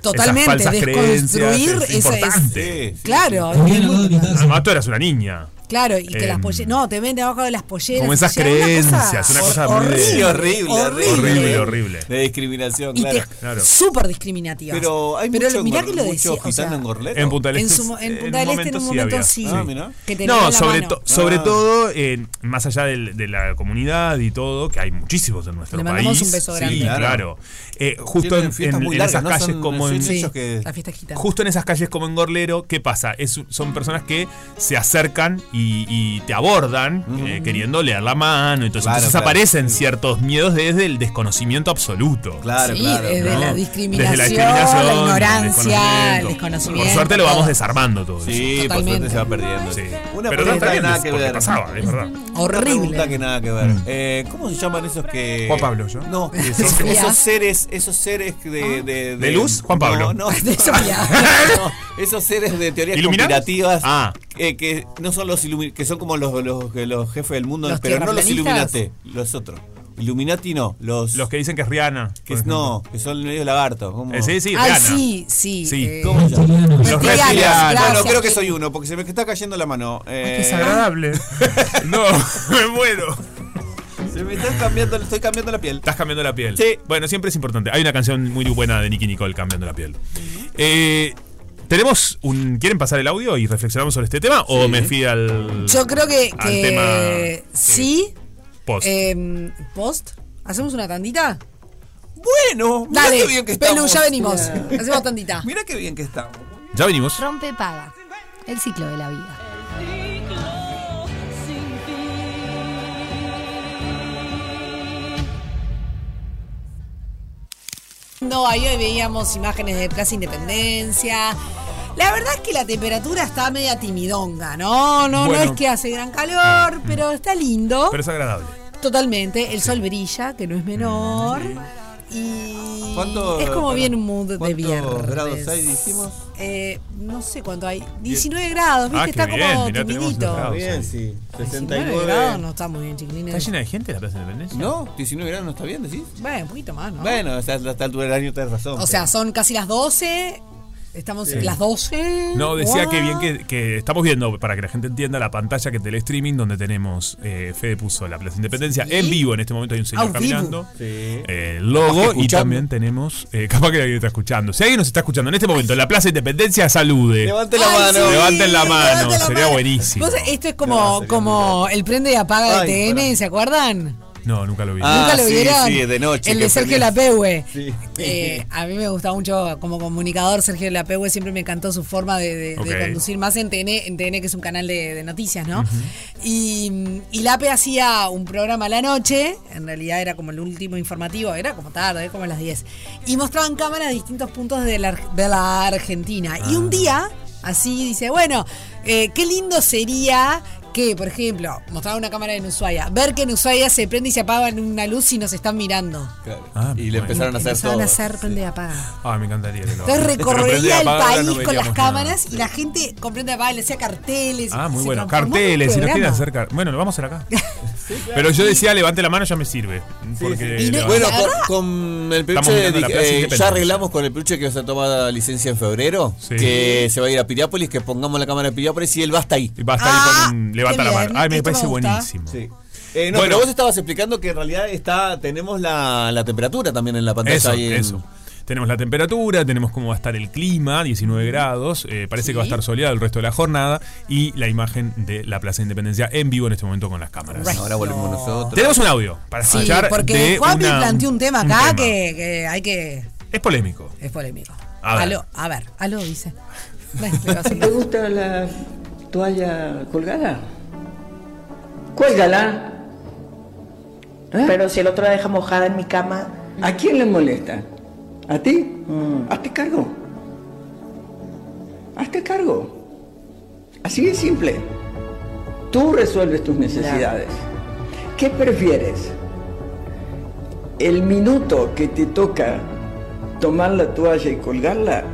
Totalmente,
esas falsas
desconstruir
creencias, es
eso
importante.
es. Claro, es
También
muy
acabo de
importante.
notar-
Además, Ah, tú eras una niña.
Claro, y que
Em,
las polleras. No, te venden abajo de las polleras.
como esas
y ya, una
creencias, una cosa muy de-
Sí, horrible, horrible,
Horrible, horrible.
De discriminación,
Y
claro.
te-
claro.
súper discriminativas.
Pero hay mucho,
mirá
engor-
que lo
mucho
decía, o
gitano
sea,
en Gorlero.
En Punta del
en,
Este.
su, en
eh,
Punta del Este en un momento
había.
sí.
Ah, mirá.
que te
No,
tenían la
sobre,
mano.
to- sobre
Ah.
todo, eh, más allá del- de, la comunidad y todo, que hay muchísimos en nuestro
Le
país.
mandamos un beso grande.
Sí, claro. Eh, justo
Tienen
en,
fiestas
en-
muy
en
largas,
esas
¿no?
calles
Son-
como en...
son
Sí,
Ellos que-
la fiesta gitana.
Justo en esas calles como en Gorlero, ¿qué pasa? Es- son
Ah.
personas que se acercan y, y te abordan eh, queriendo leer la mano. Entonces,
Claro,
entonces
claro.
aparecen ciertos miedos desde el desconocimiento absoluto.
Claro,
Sí,
claro.
desde
¿no?
la discriminación,
Desde
la,
discriminación, el
ignorancia, el desconocimiento.
Por suerte lo vamos desarmando todo eso.
Sí, por
Totalmente.
suerte se va perdiendo.
Sí.
Una
Pero no
pregunta
está
que
bien,
nada
es
que
porque
ver.
pasaba, es verdad.
Otra pregunta que
Horrible.
nada que ver. Eh, ¿Cómo se llaman esos que.
Mm. Juan Pablo, ¿yo?
No, esos,
Sofía.
esos seres, esos seres de. ¿De,
¿De luz? Juan Pablo.
No, no.
Ah. De Sofía.
No, esos seres de teorías
¿Iluminados?
conspirativas
Ah.
eh, que no son los ilumi- que son como los, los, los jefes del mundo,
¿Los
pero no los
terraplanistas?
Illuminati, los otros. Illuminati no, los,
Los que dicen que es Rihanna.
que
por
es- no,
ejemplo.
que son medio lagartos. como-
Eh, sí, sí,
Ay,
Rihanna.
sí, sí.
Sí.
eh,
¿Cómo se llama?
Reptilianos.
Los
Reptilianos,
reptilianos.
gracias.
Bueno, creo que soy uno, porque se me está cayendo la mano. Eh,
Desagradable. no, me muero.
se me está cambiando, estoy cambiando la piel.
Estás cambiando la piel.
Sí.
Bueno, siempre es importante. Hay una canción muy buena de Nicky Nicole, Cambiando la piel. Eh, tenemos un. ¿Quieren pasar el audio y reflexionamos sobre este tema? ¿O me fui al.
Yo creo que,
al
que
tema
sí.
post?
eh, ¿Post? ¿Hacemos una tandita?
Bueno, mirá
Dale,
qué bien que
Pelu,
estamos.
ya venimos. Hacemos tandita.
Mirá qué bien que estamos.
ya venimos.
Rompe paga. El ciclo de la vida.
No, ahí hoy veíamos imágenes de Plaza Independencia. La verdad es que la temperatura está media timidonga, ¿no? No,
Bueno.
no es que hace gran calor, pero está lindo.
Pero es agradable.
Eh. Totalmente. El sol brilla, que no es menor.
Mm.
Y
¿Cuánto-
es como
para-
bien un mood de
cuántos
viernes.
grados hay, dijimos?
Eh, no sé cuánto hay. 19 grados, ¿viste?
Ah, qué
está como
bien, mirá, tenemos los
timidito.
grados. Bien,
sí.
19 grados no está muy bien, chiquilines.
¿Está llena de gente la Plaza Independencia?
No, 19 grados no está bien, decís.
Bueno, un poquito más, ¿no?
Bueno, o sea, a esta altura del año tenés razón.
O sea, son casi las 12. Estamos en las 12.
No, decía
Guau.
que bien que, que estamos viendo, para que la gente entienda, la pantalla que tele streaming donde tenemos eh, Fede puso la Plaza Independencia
Sí.
en vivo. En este momento hay un señor
Au vivo.
caminando.
Sí.
eh,
Capaz
el logo
que
y
escuchando.
también tenemos. eh, capaz que alguien está escuchando. Si alguien nos está escuchando en este momento en la Plaza Independencia, salude.
Levante la
Ay,
mano.
sí,
Levanten la mano,
levanten la
sería
mano.
buenísimo.
Vos, esto es
No,
como,
sería
como el prende y apaga
Ay,
de TN,
pará.
¿se acuerdan?
No, nunca lo vi.
Ah,
Nunca lo
sí,
vieron.
sí, de noche,
El
que
de Sergio
prendía.
Lapehue.
Sí.
Eh, a mí me gusta mucho como comunicador. Sergio Lapehue siempre me encantó su forma de, de- de
Ok.
conducir más en TN, en TN, que es un canal de, de noticias, ¿no? Y, y Lape hacía un programa a la noche. En realidad era como el último informativo. Era como tarde, como a las 10. Y mostraban cámaras de distintos puntos de la, Ar- de la Argentina. Y un día, así dice, bueno, eh, qué lindo sería que, por ejemplo, mostrar una cámara en Ushuaia, ver que en Ushuaia se prende y se apaga en una luz y nos están mirando.
Claro.
Ah,
y le
bueno.
empezaron a hacer
Empezaban
todo.
a hacer prende y apaga.
Ah, me encantaría. que lo hagan.
Entonces
Pero prendí
recorría
la
el
paga, ahora
país
no
con las
veíamos nada.
cámaras y la gente con prende y apaga le hacía carteles.
Ah, muy
Se
bueno.
transformó en un
Carteles, si nos quieren
programa.
hacer car- Bueno, lo vamos a hacer acá. Pero yo decía, levante la mano, ya me sirve. Porque
Y no-
levante-
Bueno,
La verdad-
con, con el
Estamos
peluche
mirando la
di-
Plaza
eh,
Independencia.
ya arreglamos con el peluche que se ha tomado licencia en febrero,
Sí.
que se va a ir a Piriápolis, que pongamos la cámara en Piriápolis y él va hasta ahí.
y basta ahí
Ah,
con un- levanta
qué
la
bien,
mano. Ay, me
esto me
parece
gusta.
buenísimo.
Sí. Eh, no,
Bueno.
pero vos estabas explicando que en realidad está tenemos la, la temperatura también en la pantalla.
Eso,
ahí en-
eso. Tenemos la temperatura, tenemos cómo va a estar el clima, 19 grados, eh, parece que va a estar soleado el resto de la jornada y la imagen de la Plaza Independencia en vivo en este momento con las cámaras.
Right.
Ahora volvemos nosotros.
Tenemos un audio para
Sí,
escuchar
porque
de
Juanpi
una-
planteó un tema acá
tema.
Que, que hay que...
es polémico.
Es polémico.
A ver.
Aló, a ver, aló, dice. Bueno, le va a hacer-
¿Te gusta la toalla colgada? Cuélgala. Pero si el otro la deja mojada en mi cama. ¿A quién le molesta? ¿A ti? Hazte cargo. Hazte cargo. Así de simple. Tú resuelves tus necesidades. ¿Qué prefieres? ¿El minuto que te toca tomar la toalla y colgarla?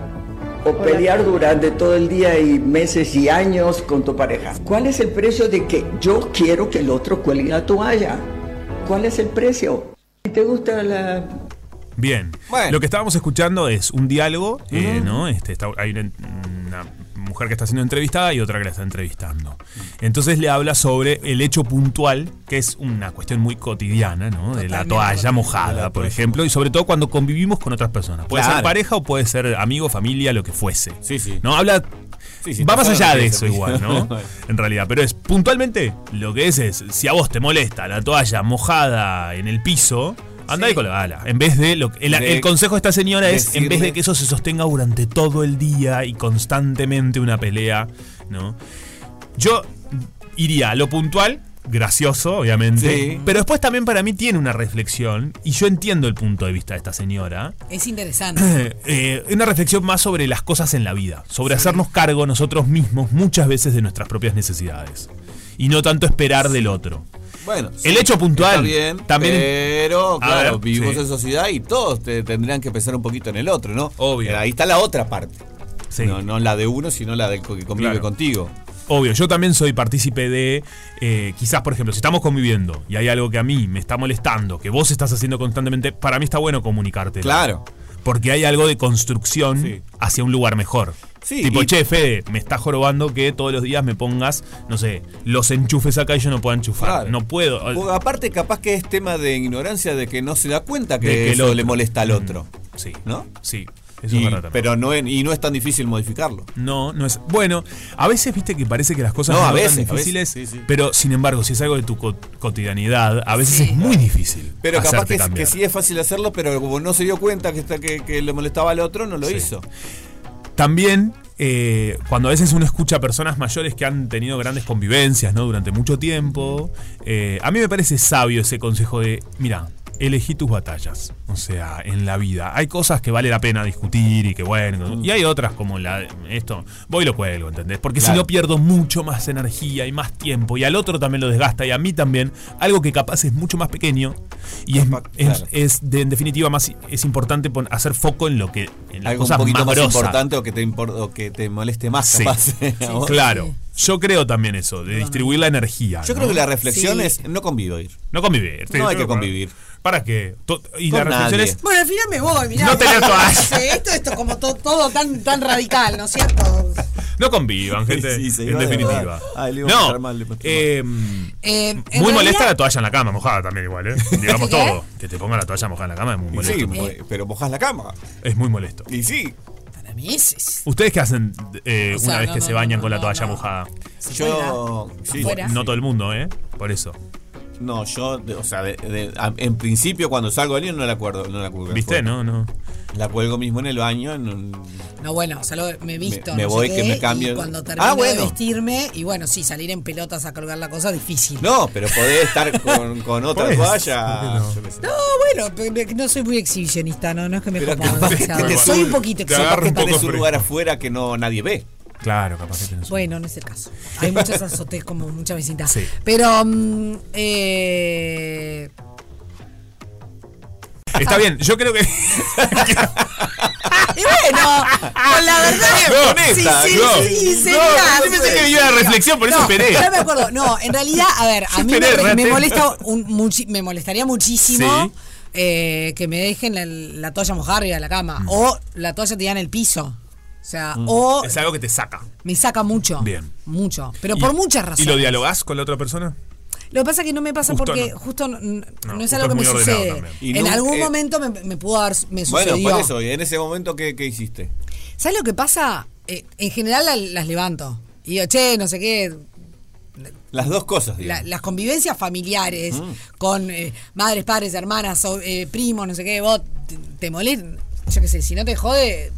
¿O pelear durante todo el día y meses y años con tu pareja? ¿Cuál es el precio de que yo quiero que el otro cuelgue la toalla? ¿Cuál es el precio? Si te gusta la
Bien.
Bueno.
Lo que estábamos escuchando es un diálogo, eh, ¿no? Este, está- hay una, una mujer que está siendo entrevistada y otra que la está entrevistando. Entonces le habla sobre el hecho puntual, que es una cuestión muy cotidiana, ¿no? De la
Totalmente.
toalla mojada, por ejemplo, y sobre todo cuando convivimos con otras personas. Puede ser
Claro.
pareja o puede ser amigo, familia, lo que fuese.
Sí, sí.
¿No? Habla.
Sí, sí,
va más
está
allá
claro
de
que
eso
sí.
igual, ¿no? en realidad, pero es puntualmente lo que es es si a vos te molesta la toalla mojada en el piso, anda
Sí.
y colgala. En vez de lo que- el,
De-
el consejo de esta señora es en
decirle-
vez de que eso se sostenga durante todo el día y constantemente una pelea, ¿no? Yo iría a lo puntual Gracioso, obviamente.
Sí.
Pero después también para mí tiene una reflexión, y yo entiendo el punto de vista de esta señora,
Es interesante.
eh, una reflexión más sobre las cosas en la vida, sobre hacernos cargo nosotros mismos muchas veces de nuestras propias necesidades y no tanto esperar del otro.
Bueno,
El hecho puntual,
Está bien,
también-
pero
A
claro,
ver,
vivimos
sí.
en sociedad y todos te- tendrían que pensar un poquito en el otro, ¿no?
Obvio.
Ahí está la otra parte.
Sí.
No, no la de uno, sino la del co- que convive
Claro.
contigo.
obvio, yo también soy partícipe de, eh, quizás, por ejemplo, si estamos conviviendo y hay algo que a mí me está molestando, que vos estás haciendo constantemente, para mí está bueno comunicarte.
Claro.
Porque hay algo de construcción hacia un lugar mejor.
Sí,
tipo,
y-
che, Fede, me está jorobando que todos los días me pongas, no sé, los enchufes acá y yo no puedo enchufar.
Claro.
No puedo.
O aparte, capaz que es tema de ignorancia de que no se da cuenta que,
De que el
eso
otro. Mm.
le molesta al otro.
Sí.
¿No?
Sí. Eso
Y-
es verdad también.
pero no es, y no es tan difícil modificarlo.
No, no es. Bueno, a veces viste que parece que las cosas
No,
no,
a
son
veces, a
tan
veces,
difíciles,
sí, sí.
pero sin embargo, si es algo de tu co- cotidianidad, a veces es muy difícil.
Pero capaz
hacerte
que, que
cambiar.
sí es fácil hacerlo, pero como no se dio cuenta que, está, que, que le molestaba al otro, no lo
Sí.
hizo.
También, eh, cuando a veces uno escucha a personas mayores que han tenido grandes convivencias ¿no? durante mucho tiempo, eh, a mí me parece sabio ese consejo de, mira, elegí tus batallas. O sea, en la vida. Hay cosas que vale la pena discutir y que
Mm.
bueno. Y hay otras como la esto. Voy y lo cuelgo, ¿entendés? Porque si
Claro.
no pierdo mucho más energía y más tiempo. Y al otro también lo desgasta y a mí también. Algo que capaz es mucho más pequeño. Y es,
Capaz,
es-
claro.
es de- en definitiva más es importante pon- hacer foco en lo que. En las
Algo un
cosas
poquito más,
grosas.
importante o que te, impor- o que te moleste más,
Sí.
capaz. ¿A vos?
Claro. Yo creo también eso, de distribuir la energía.
Yo
¿no?
creo que la reflexión
Sí.
es no convivir.
No convivir. sí,
No hay
creo
que convivir.
¿Para qué? To- Y
Con
la reflexión
nadie.
es.
Bueno, al final me voy, mirá.
No tenía toalla.
Sí, Esto, esto como to- todo tan, tan radical, ¿no es cierto?
No convivan, gente.
Sí, se
en
iba de
definitiva.
verdad. Ay, le iba a
no.
mostrar mal, le mostré
eh,
Eh, en
muy
realidad-
molesta la toalla en la cama, mojada también igual, ¿eh? Digamos
¿Qué?
todo. Que te ponga la toalla mojada en la cama es muy
Y
molesto.
sí, mo- pero mojás la cama.
Es muy molesto.
Y sí.
Para mí es- es-
¿Ustedes qué hacen eh,
O sea,
una vez
no,
que
no,
se bañan
no,
con la
no,
toalla
no.
mojada?
¿se
Yo. sí,
Afuera.
No todo el mundo, ¿eh? Por eso.
No, yo, de- o sea, de- de- a- en principio cuando salgo del baño no la acuerdo, no la cuelgo.
¿Viste?
afuera.
No, no.
La cuelgo mismo en el baño. en un-
cuelga? No, bueno, salgo, me visto.
Me- me
no sé
voy,
qué,
que me cambio.
Y cuando termino
Ah, bueno.
de vestirme, y bueno, sí, salir en pelotas a colgar la cosa, difícil.
No, pero podés estar con, con otra
Podés,
toalla.
¿por qué no?
yo qué sé.
No, bueno, pe- pe- no soy muy exhibicionista, no, no es que me
Pero
coma
capaz que
demasiado.
te
soy un
sube,
poquito
te agarra
exótica.
un poco
Tenés un
fresco.
lugar afuera que no nadie ve.
Claro, capaz que tenés un-
Bueno, no es el caso. Hay muchas azotes como mucha vecindad.
Sí.
Pero, mm, eh,
Está bien, yo creo que.
y bueno, con la verdad.
No,
Sí,
neta,
sí,
no.
sí, sí,
No,
seriedad,
yo pensé
sí,
que iba a
seriedad.
reflexión, por eso
No,
esperé.
Yo me acuerdo, no, en realidad, a ver, a
Yo
mí me
esperé,
re- me,
rate.
molesta un, muchi- me molestaría muchísimo
Sí.
eh, que me dejen la, la toalla mojada arriba de la
Mm.
cama o la toalla tirada en el piso. O sea, o
Es algo que te saca.
me saca mucho.
Mm. Bien.
Mucho. Pero
Y-
por muchas razones.
¿Y lo dialogás con la otra persona?
Lo que pasa es que no me pasa
Justo
porque
no.
justo no, no es
justo
algo que
es
me
muy ordenado
sucede.
también.
Y
En
nunca-
algún
eh,
momento me, me pudo haber me
Bueno,
sucedido.
por eso, y en ese momento, ¿qué, qué hiciste?
¿Sabes lo que pasa? Eh, en general la- las levanto. Y digo, che, no sé qué,
Las dos cosas, digo.
la- las convivencias familiares con eh, madres, padres, hermanas, so- eh, primos, no sé qué, vos te, te molest- yo qué sé, si no te jode,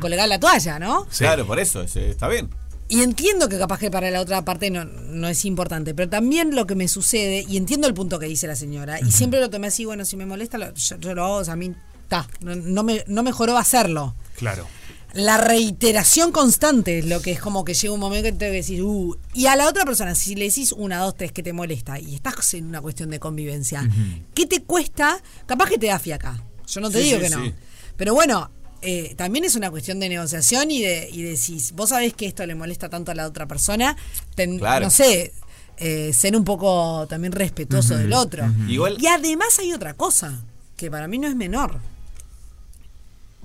colgar la toalla, ¿no?
Sí.
Claro, por eso, ese- está bien.
Y entiendo que capaz que para la otra parte no, no es importante, pero también lo que me sucede, y entiendo el punto que dice la señora, y siempre lo tomé así, bueno, si me molesta, lo- yo, yo lo hago, o sea, a mí, ta, no, no me, no me joró hacerlo.
Claro.
La reiteración constante es lo que es como que llega un momento que tengo que decir, uh, y a la otra persona, si le decís una, dos, tres que te molesta y estás en una cuestión de convivencia, ¿qué te cuesta? Capaz que te da fiaca. Yo no te
Sí,
digo
sí,
que no.
sí.
Pero bueno, eh, también es una cuestión de negociación y de y decís, vos sabés que esto le molesta tanto a la otra persona, ten-
Claro.
no sé, eh, ser un poco también respetuoso del otro.
Igual-
Y además hay otra cosa, que para mí no es menor.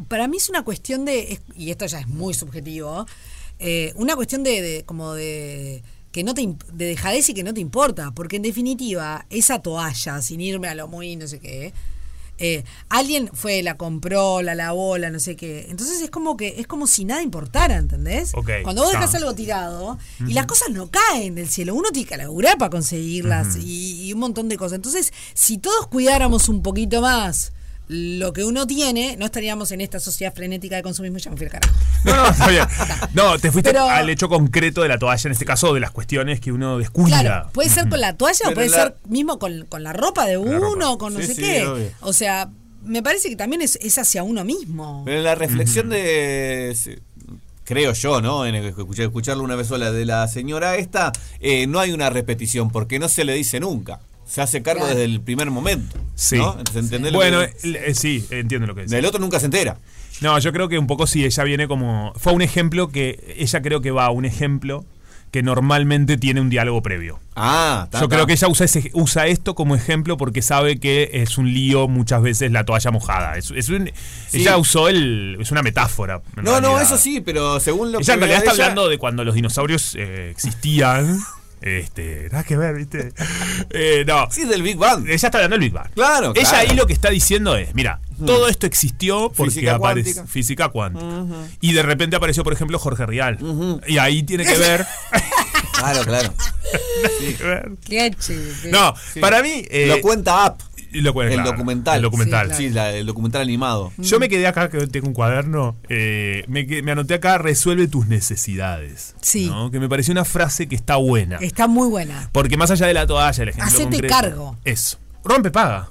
Para mí es una cuestión de, es- y esto ya es muy subjetivo, eh, una cuestión de, de- como de que no te imp- de dejadez y que no te importa, porque en definitiva esa toalla, sin irme a lo muy no sé qué, eh, alguien fue, la compró, la lavó, la no sé qué, entonces es como que es como si nada importara, ¿entendés?
Ok,
Cuando vos dejas
está.
algo tirado y las cosas no caen del cielo, uno tiene que laburar para conseguirlas y, y un montón de cosas. Entonces, si todos cuidáramos un poquito más lo que uno tiene, no estaríamos en esta sociedad frenética de consumismo. Ya me fui al carajo.
No, no, está bien. No, te fuiste
Pero-
al hecho concreto de la toalla, en este caso, de las cuestiones que uno descuida.
Claro, pues- puede ser con la toalla o
Pero
puede
la-
ser mismo con, con la ropa de
la ropa.
uno, con no
Sí,
sé
sí,
qué.
obvio.
O sea, me parece que también es, es hacia uno mismo.
Pero en la reflexión de. se- Creo yo, ¿no? En el- escuché- escucharlo una vez sola de la señora esta, eh, no hay una repetición, porque no se le dice nunca. Se hace cargo
Claro.
desde el primer momento.
Sí.
¿no? ¿Se entiende lo
bueno,
que-
el- eh, sí, entiendo lo que decís.
del otro nunca se entera.
No, yo creo que un poco sí, ella viene como. Fue un ejemplo que. Ella creo que va a un ejemplo que normalmente tiene un diálogo previo.
Ah,
Yo creo que ella usa, ese- usa esto como ejemplo porque sabe que es un lío muchas veces la toalla mojada. Es, es un-
Sí.
Ella usó el. Es una metáfora. en
No, no,
realidad.
eso sí, pero según lo que.
Ella en
veo
realidad
de
está
ella-
hablando de cuando los dinosaurios eh, existían. Este, nada que ver, ¿viste? Eh, no.
Sí, del Big Bang.
Ella está hablando del Big Bang.
Claro,
Ella
claro.
ahí lo que está diciendo es, mira,
Hmm.
todo esto existió porque
Física
aparece
cuántica.
física cuántica.
Ujú.
Y de repente apareció, por ejemplo, Jorge Rial. Y ahí tiene que ver.
Claro, claro.
Qué chido.
No, para mí. eh,
lo cuenta App.
lo cuenta,
el
claro,
documental.
el documental.
Sí, la- el documental animado.
Mm.
Yo me quedé acá, que tengo un cuaderno, eh, me, que- me anoté acá, resuelve tus necesidades.
Sí.
¿no? Que me pareció una frase que está buena.
Está muy buena.
Porque más allá de la toalla, el ejemplo
Hacete
concreto,
cargo.
Eso. Rompe paga.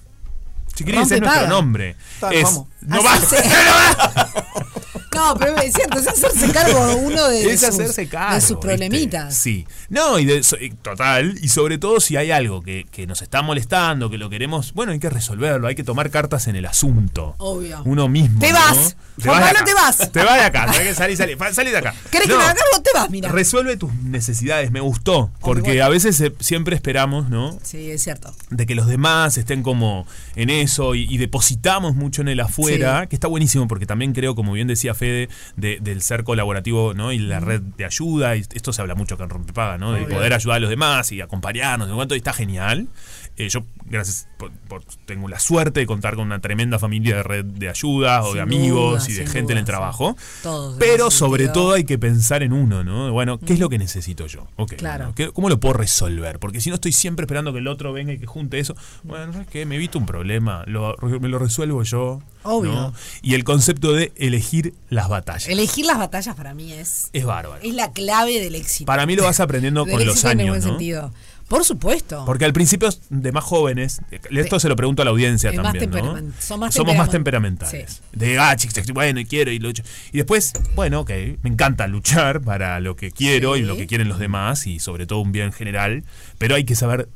Si querés,
Rompe,
es nuestro
paga.
nombre.
Tal,
Es-
vamos.
no va.
No, pero es cierto, es hacerse cargo uno de,
es
sus,
hacerse cargo.
de sus
¿viste?
problemitas.
Sí. No, y de, so- y total. Y sobre todo si hay algo que, que nos está molestando, que lo queremos, bueno, hay que resolverlo, hay que tomar cartas en el asunto.
Obvio.
Uno mismo.
Te
¿no?
vas. Juan
de
Pablo,
acá.
te vas.
Te vas de acá. Tenés que salir, salir. Fa- salí de acá.
¿Querés que
No.
me hagas vos? Te vas, mira.
Resuelve tus necesidades, me gustó. Porque
bueno.
a veces eh, siempre esperamos, ¿no?
Sí, es cierto.
de que los demás estén como en eso y, y depositamos mucho en el afuera, que está buenísimo porque también creo, como bien decía Fede, de- del ser colaborativo ¿no? y la
Mm.
red de ayuda, y esto se habla mucho acá en Rompepaga, ¿no? de poder ayudar a los demás y acompañarnos, de cuanto, y está genial. Eh, yo, gracias, por, por- tengo la suerte de contar con una tremenda familia de red de ayuda o
Sin
de amigos
duda,
y de
sin
gente en
duda,
el
sí.
trabajo.
Todos, en
Pero
ese
sobre
sentido.
todo hay que pensar en uno, ¿no? Bueno, ¿qué es lo que necesito yo? Ok,
Claro.
bueno, ¿qué- ¿Cómo lo puedo resolver? Porque si no estoy siempre esperando que el otro venga y que junte eso. Bueno, ¿sabes qué? Me evito un problema, lo- me lo resuelvo yo.
Obvio.
¿no? Y el concepto de elegir las batallas.
Elegir las batallas para mí es,
es bárbaro.
es la clave del éxito.
Para mí lo vas aprendiendo
Del
con los
éxito en el
años,
buen
¿no?
sentido. Por supuesto.
Porque al principio de más jóvenes, esto se lo pregunto a la audiencia
Es más
también, ¿no?
temperamen- son más
Somos más
temperamen-
temperamentales. De, ah, chis, chis, bueno, y quiero y lucho. Y después, bueno, ok, me encanta luchar para lo que quiero y
Sí.
lo que quieren los demás y sobre todo un bien general, pero hay que saber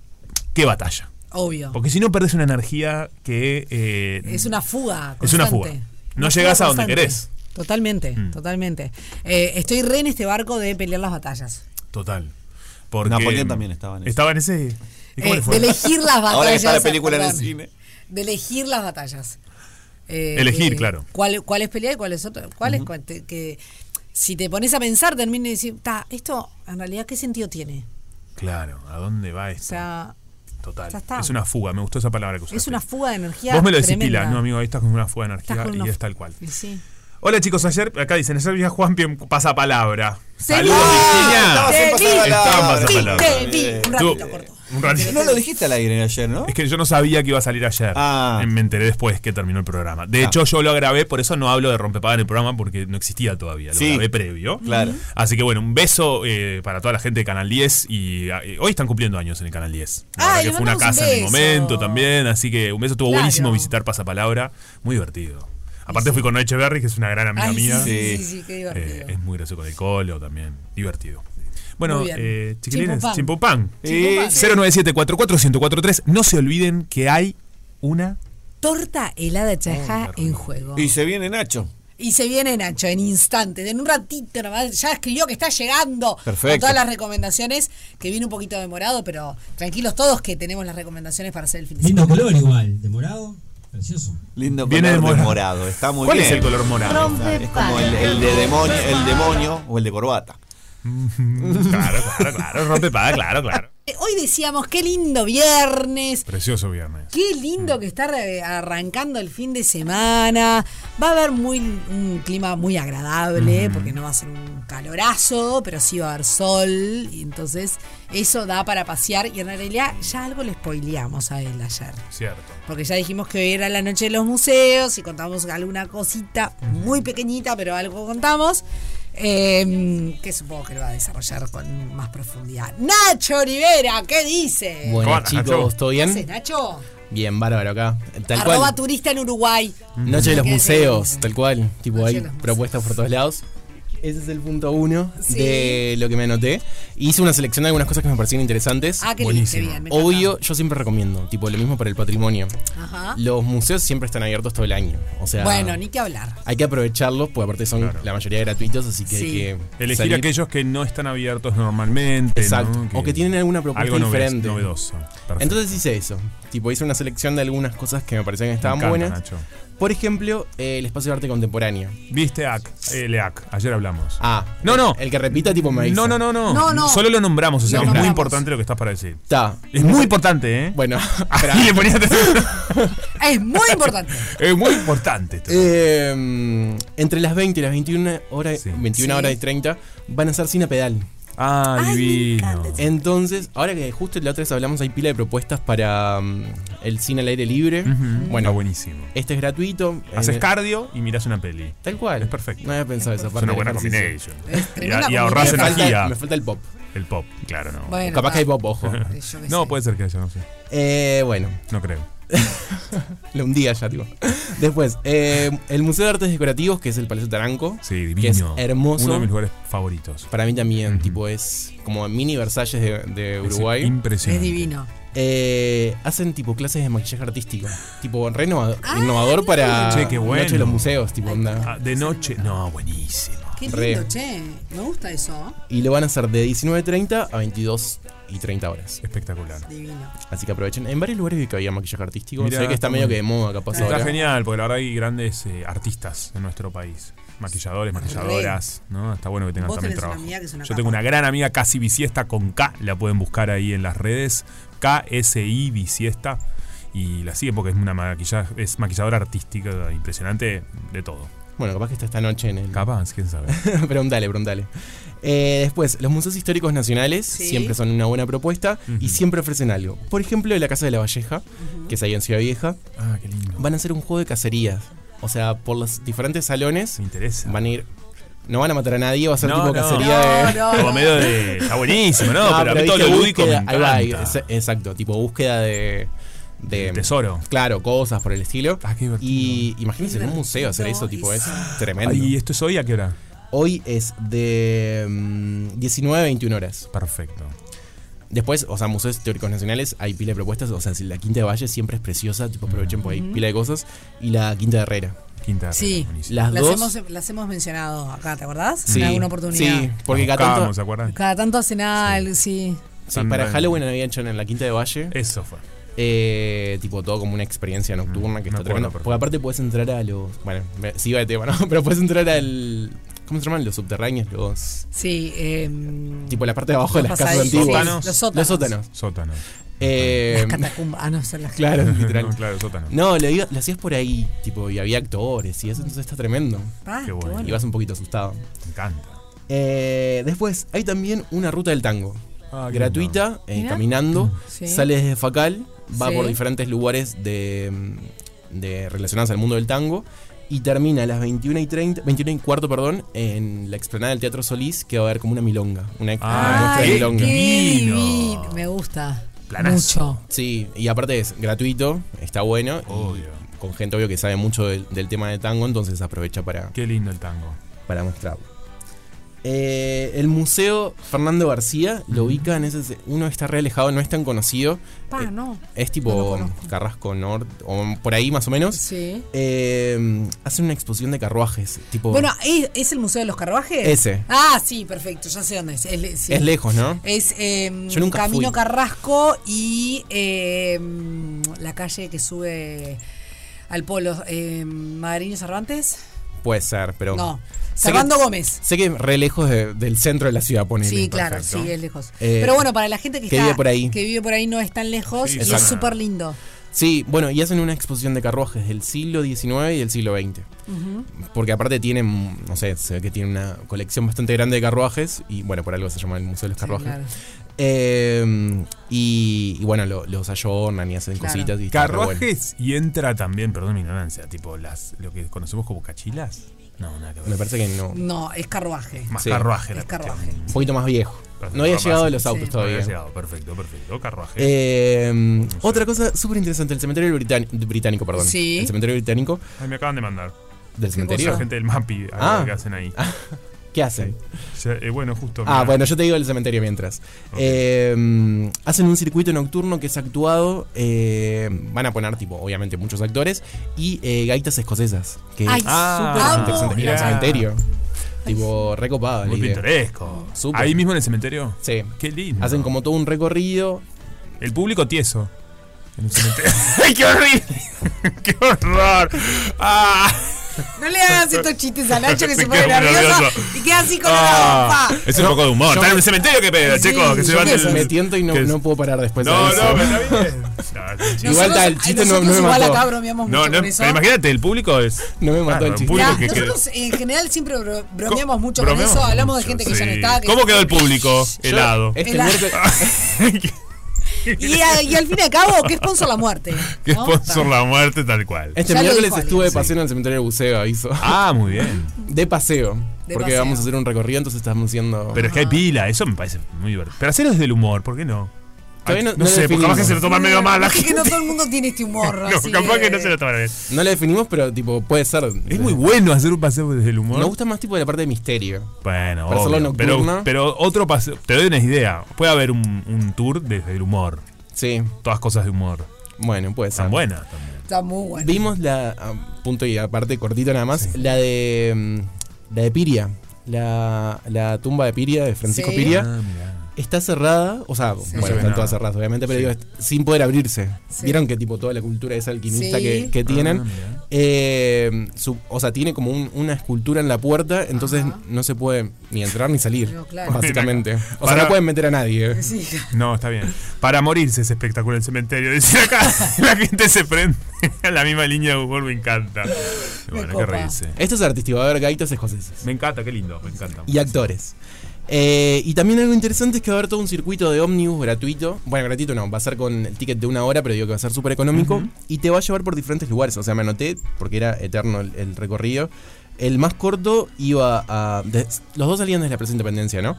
qué batalla.
Obvio.
Porque si no perdés una energía que... eh,
Es una fuga.
Es una
constante.
fuga.
Una
No llegás
fuga
a donde
constante.
querés. Mm.
Totalmente, totalmente. Eh, estoy re en este barco de pelear las batallas.
Total. Porque,
Napoleón mm, también estaba en ese.
Estaba en ese... ¿y cómo
Eh,
le fue?
de elegir las batallas.
Ahora que está la película en el
perdón.
cine.
De elegir las batallas. Eh,
Elegir,
eh,
claro.
¿Cuál, cuál es pelear y cuál es otro? ¿Cuál es cuál te- que si te pones a pensar termina y decir, "Ta, esto en realidad qué sentido tiene?
Claro, ¿a dónde va
O
esto?
sea,
Total.
ya está.
Es una fuga, me gustó esa palabra que usaste.
es una fuga de energía.
Vos me lo decís
tremenda.
pila, no amigo, ahí estás con una fuga de
Estás
energía
con
y
una-
es tal cual.
Y sí.
Hola chicos, ayer, acá dicen, ayer vi a Juan bien pasapalabra.
¡Señor!
Saludos,
Estabas
Virginia.
en pasapalabra.
Estabas en
Te vi,
pasapalabra.
te vi. Un ratito
Tú-
Ah, corto.
un ratito.
No lo dijiste al aire ayer, ¿no?
Es que yo no sabía que iba a salir ayer.
Ah.
Eh, Me enteré después que terminó el programa.
Ah.
De hecho, yo lo grabé, por eso no hablo de rompepaga en el programa, porque no existía todavía. Lo
Sí.
grabé previo.
Claro.
Así que bueno, un beso eh, para toda la gente de Canal 10. Y ah, eh, hoy están cumpliendo años en el Canal 10. La
Ay,
verdad que
Ah, le
fue una
mandamos un
casa en el
beso.
momento también. Así que un beso estuvo
Claro.
buenísimo visitar Pasapalabra. Muy divertido. Aparte fui con Noche Berry, que es una gran amiga
Ay,
mía.
sí,
Sí.
sí, sí, sí, qué
Eh,
divertido.
es muy gracioso con el colo también. Divertido. Bueno,
Muy bien.
eh, chiquilines,
Chimpupán.
chimpupán.
Eh,
097-44143. No se olviden que hay una.
Torta helada
Oh,
chajá en juego.
Y se viene Nacho.
Y se viene Nacho en instantes, en un ratito nomás. Ya escribió que está llegando con
Perfecto.
todas las recomendaciones, que viene un poquito demorado, pero tranquilos todos que tenemos las recomendaciones para hacer el fin de semana.
Lindo color igual, de morado, precioso.
Lindo
Viene
color
de
de
morado.
morado. Está muy
¿Cuál
bien.
es el color morado?
Es como el, el de demonio, el demonio o el de corbata.
Mm, claro, claro, claro. Rompe paga, claro, claro.
Eh, Hoy decíamos, qué lindo viernes,
Precioso viernes.
qué lindo que está re- arrancando el fin de semana. Va a haber muy, un clima muy agradable, porque no va a ser un calorazo, pero sí va a haber sol. Y entonces eso da para pasear. Y en realidad ya algo le spoileamos a él ayer.
Cierto.
Porque ya dijimos que hoy era la noche de los museos y contamos alguna cosita muy pequeñita, pero algo contamos. eh, que supongo que lo va a desarrollar con más profundidad. Nacho Olivera, ¿qué dice?
¿Cómo andas, Nacho?
¿todo
¿Qué
bien?
haces, Nacho?
Bien, bárbaro acá. Tal
Arroba
cual.
turista en Uruguay.
Noche de los
¿Qué
museos,
decís?
tal cual. Tipo,
Noche de
hay
los museos.
propuestas por todos lados. Ese es el punto uno
Sí.
de lo que me anoté. Hice una selección de algunas cosas que me parecían interesantes.
Ah, qué lindo, Buenísimo. qué bien, me
Obvio, yo siempre recomiendo, tipo lo mismo para el patrimonio.
Ajá.
Los museos siempre están abiertos todo el año. O sea,
Bueno, ni que hablar.
hay que aprovecharlos, porque aparte son la mayoría gratuitos, así que hay que
Elegir
salir.
aquellos que no están abiertos normalmente.
Exacto.
¿no?
O que tienen alguna propuesta
algo novedo-
diferente.
novedoso. Perfecto.
Entonces hice eso. Tipo, hice una selección de algunas cosas que me parecían que estaban
encanta,
buenas.
Nacho.
Por ejemplo, eh, el espacio de arte contemporáneo.
Viste AC, el AC, ayer hablamos.
Ah.
No, no.
El que repita, tipo, me avisa.
No, no, no, no. Solo lo nombramos, o sea,
Lo
que es muy
nombramos.
importante lo que estás para decir.
Está.
Es muy importante, ¿eh?
Bueno,
ahí le ponías atención.
Es muy importante.
Es muy importante.
Eh, entre las 20 y las 21 horas, 21
Sí.
horas y 30 van a ser cine pedal.
Ah, divino.
Entonces, ahora que justo la otra vez hablamos, hay pila de propuestas para mm, el cine al aire libre.
Ujú.
Bueno,
Está buenísimo.
Este es gratuito.
Haces
Eh,
cardio y mirás una peli.
Tal cual.
Es perfecto.
No había pensado eso.
Es
aparte
una
del
buena
ejercicio.
combination. Y, a- y ahorrás
Me falta-
energía.
me falta el pop.
El pop, claro, no.
Bueno, Capaz va. que hay pop, ojo. Yo qué sé.
no, puede ser que haya, no sé.
Eh, bueno.
No creo.
Lo hundí ya, tipo. Después, eh, el Museo de Artes Decorativos, que es el Palacio Taranco.
Sí,
Que es
divino.
hermoso.
Uno de mis lugares favoritos.
Para mí también, tipo, es como mini Versalles de, de
Es
Uruguay.
impresionante.
Es divino.
Eh, hacen tipo clases de maquillaje artístico. Tipo, re innova- innovador para
Che, qué bueno.
Ah, Noche de los museos, tipo, onda.
Ah, de noche, no, buenísimo.
Qué lindo,
Re.
che. Me gusta eso.
Y lo van a hacer de 19.30 a 22 y 30 horas.
Espectacular.
Divino.
Así que aprovechen. En varios lugares vi que había maquillaje artístico.
Mirá,
se ve que está medio
muy-
que de moda, capaz.
Está
ahora.
genial, porque la verdad hay grandes eh, artistas en nuestro país. Maquilladores, maquilladoras, ¿no? Está bueno que tengan
Vos
también
tenés una
trabajo.
amiga que es una
Yo
capa.
tengo una gran amiga casi bisiesta con K, la pueden buscar ahí en las redes. KSI bisiesta. Y la siguen porque es una maquilla- es maquilladora artística impresionante de todo.
Bueno, capaz que está esta noche en el.
Capaz, quién sabe.
preguntale, preguntale. Eh, después, los museos históricos nacionales siempre son una buena propuesta y siempre ofrecen algo. Por ejemplo, la Casa de la Valleja, que es ahí en Ciudad Vieja.
Ah, qué lindo.
Van a hacer un juego de cacerías. O sea, por los diferentes salones. Van a ir. No van a matar a nadie, va a ser tipo cacería de.
Como medio de. Está buenísimo, ¿no? pero, a mí todo
viste,
lo lúdico me
búsqueda- ahí va, ahí,
encanta.
exa- exacto, tipo búsqueda de. De,
tesoro. Ah,
Claro, cosas por el estilo. y imagínense en un museo hacer eso, tipo, es tremendo.
Ah, ¿Y esto es hoy a qué hora?
Hoy es de mm, 19 a 21 horas.
Perfecto.
Después, o sea, museos teóricos nacionales, hay pila de propuestas. O sea, si la Quinta de Valle siempre es preciosa, tipo, aprovechen porque hay pila de cosas. Y la Quinta de Herrera.
Quinta de
Sí.
Las dos.
Hemos, las hemos mencionado acá, ¿te acordás?
Sí,
En alguna oportunidad.
Sí, porque
Las
cada tanto-
buscamos, ¿se acuerdan?
Cada tanto hacen algo, sí.
Sí,
Tan-
para
tan-
Halloween había hecho en la Quinta de Valle. eh,
Eso fue.
tipo todo como una experiencia nocturna que
Mm, me
está
acuerdo
tremenda.
perfecto.
Porque aparte puedes entrar a los. Bueno, me- sí va de tema, ¿no? Pero puedes entrar al. ¿Cómo se llaman? Los subterráneos, los.
Sí. em,
Tipo la parte de abajo de
los
las casas
pasadizos.
antiguas.
Sí, Los sótanos.
Los sótanos.
Sótanos.
Eh,
Las catacumbas. Ah, no, son las
Claro, literal.
No, claro, sótano.
No, lo, iba- lo hacías por ahí, tipo, y había actores y eso, entonces está tremendo.
Ah, Qué bueno. bueno.
Y vas un poquito asustado.
Me encanta.
Eh, después, hay también una ruta del tango.
Ah, qué
gratuita, eh,
Mirá.
caminando.
Sí.
Sale desde Facal, va
Sí.
por diferentes lugares de, mm, de relacionados al mundo del tango. Y termina a las 21 y, 30, 21 y cuarto perdón, en la explanada del Teatro Solís, que va a haber como una milonga. Una ex- una muestra de
Ay,
milonga.
Ah, qué divino. Me gusta. Mucho.
Sí, y aparte es gratuito, está bueno. y Con gente obvio que sabe mucho del, del tema de tango, entonces aprovecha para.
Qué lindo el tango.
Para mostrarlo. Eh, el museo Fernando García lo ubica en ese. se- Uno está re alejado, no es tan conocido. Eh,
Pa, no.
Es tipo Carrasco Norte, o por ahí más o menos.
Sí.
Eh, hacen una exposición de carruajes. Tipo,
Bueno, ¿es, es el Museo de los Carruajes?
Ese.
Ah, sí, perfecto, ya sé dónde es. Es, le- sí.
Es lejos, ¿no?
Es em,
Yo nunca
Camino
fui.
Carrasco y em, la calle que sube al polo. em, Madariño Cervantes.
puede ser, pero.
No.
Sé que-
Servando Gómez.
Sé que es re lejos de- del centro de la ciudad, ponele.
Sí, claro,
Perfecto.
sí, es lejos.
Eh,
Pero bueno, para la gente que,
que
está-
vive por ahí.
que vive por ahí no es tan lejos
Sí,
y es
exacto.
súper lindo.
Sí, bueno, y hacen una exposición de carruajes del siglo XIX y del siglo XX.
Ujú.
Porque aparte tienen, no sé, se ve que tienen una colección bastante grande de carruajes y bueno, por algo se llama el Museo de los Carruajes.
claro.
Eh, y, y, bueno, lo- los ayornan y hacen cositas. Y está re bueno.
Carruajes y entra también, perdón mi ignorancia, tipo las lo que conocemos como cachilas. No, nada que ver.
Me parece que no.
No, es carruaje.
Más
Sí.
carruaje la
Es carruaje.
Un poquito más viejo. No había llegado a los autos todavía.
No había llegado, perfecto, perfecto. Carruaje.
Eh, Otra cosa súper interesante, el cementerio británico, británico perdón.
Sí.
El cementerio británico.
Ay, me acaban de mandar.
¿Del cementerio?
La gente del MAPI, algo
Ah.
que hacen ahí.
¿Qué hacen?
Ya, eh, bueno, justo.
Ah,
mirá.
bueno, yo te digo el cementerio mientras. Eh, hacen un circuito nocturno que es actuado. eh, van a poner, tipo, obviamente, muchos actores. Y eh, gaitas escocesas. Que
Ay,
es
Ah,
súper
amo.
interesante. En
mirá.
el cementerio. Tipo, recopado.
Muy pintoresco. ¿Ahí mismo en el cementerio?
Sí.
Qué lindo.
Hacen como todo un recorrido.
El público tieso. En un cementerio. ¡Ay, qué horrible! ¡Qué horror! ¡Ah!
No le hagas estos chistes a Nacho que se,
Se
pone
queda muy
nervioso
nervioso.
y queda así con
Ah,
la ropa.
es un poco de humor.
yo
Están en
me-
el cementerio, qué pedo,
Sí,
chicos. Que se
yo
van
me-
del-
Me tiento y no,
que-
no puedo parar después
No,
de eso.
no, pero está bien.
Igual está, el
Nosotros-
chiste
a
no, no me
nosotros igual
mató.
acá bromeamos mucho
No, no,
con eso.
pero imagínate, el público es.
No me mató el
el
chiste.
público
Mirá,
que, que-
nosotros en general siempre bro- bromeamos mucho
bromeamos
con eso, hablamos de
mucho,
gente que ya no
sí.
está. que-
¿Cómo quedó el público?
Yo-
Helado.
este
Helado.
muerte-
Y, a- y al fin y al cabo, ¿qué sponsor la muerte?
Que
¿No?
sponsor la muerte, tal cual.
Este
Ya lo
miércoles
dijo alguien,
estuve de paseo en el cementerio de buceo, aviso.
Ah, muy bien.
De paseo.
De
porque
paseo.
vamos a hacer un recorrido, entonces estamos haciendo.
Pero es que hay pila, eso me parece muy divertido. Pero hacerlo desde el humor, ¿por qué no?
Todavía no-
Ah,
no lo
sé, porque capaz
definimos.
que se lo toma medio mal la
Es que no
gente.
todo el mundo tiene este humor.
No,
así
capaz que no se lo toma bien.
No lo definimos, pero tipo, puede ser.
Es muy bueno hacer un paseo desde el humor.
Nos gusta más tipo de la parte de misterio.
Bueno,
Para hacerlo
obvio, pero,
nocturno.
pero otro paseo. Te doy una idea. Puede haber un, un tour desde el humor.
Sí.
Todas cosas de humor.
Bueno, puede ser.
Están buenas también.
Está muy bueno.
Vimos la. a punto y aparte cortito nada más. La de. mm, La de Piria. La, la tumba de Piria, de Francisco
Sí. Ah.
Piria.
mirá.
Está cerrada, o sea,
Sí.
bueno,
No se ve
están todas
nada.
cerradas, obviamente, pero digo, est- sin poder abrirse.
Sí.
Vieron que tipo toda la cultura esa alquimista
Sí.
que, que tienen.
Ah, mirá.
Eh, su- o sea, tiene como un- una escultura en la puerta, entonces no se puede ni entrar ni salir,
No, claro.
básicamente. O sea,
Para-
no pueden meter a nadie.
Sí.
No, está bien. Para morirse es espectacular el cementerio. Dice acá, la gente se prende a la misma línea de humor, me encanta. Bueno, hay que
copa.
reírse.
Estos artistas, va a haber gaitas escoceses
Me encanta, qué lindo, me encanta.
y actores. Eh, y también algo interesante es que va a haber todo un circuito de ómnibus gratuito. Bueno, gratuito no, va a ser con el ticket de una hora, pero digo que va a ser súper económico. Y te va a llevar por diferentes lugares. O sea, me anoté porque era eterno el, el recorrido. El más corto iba a. de- los dos salían desde la Plaza Independencia, ¿no?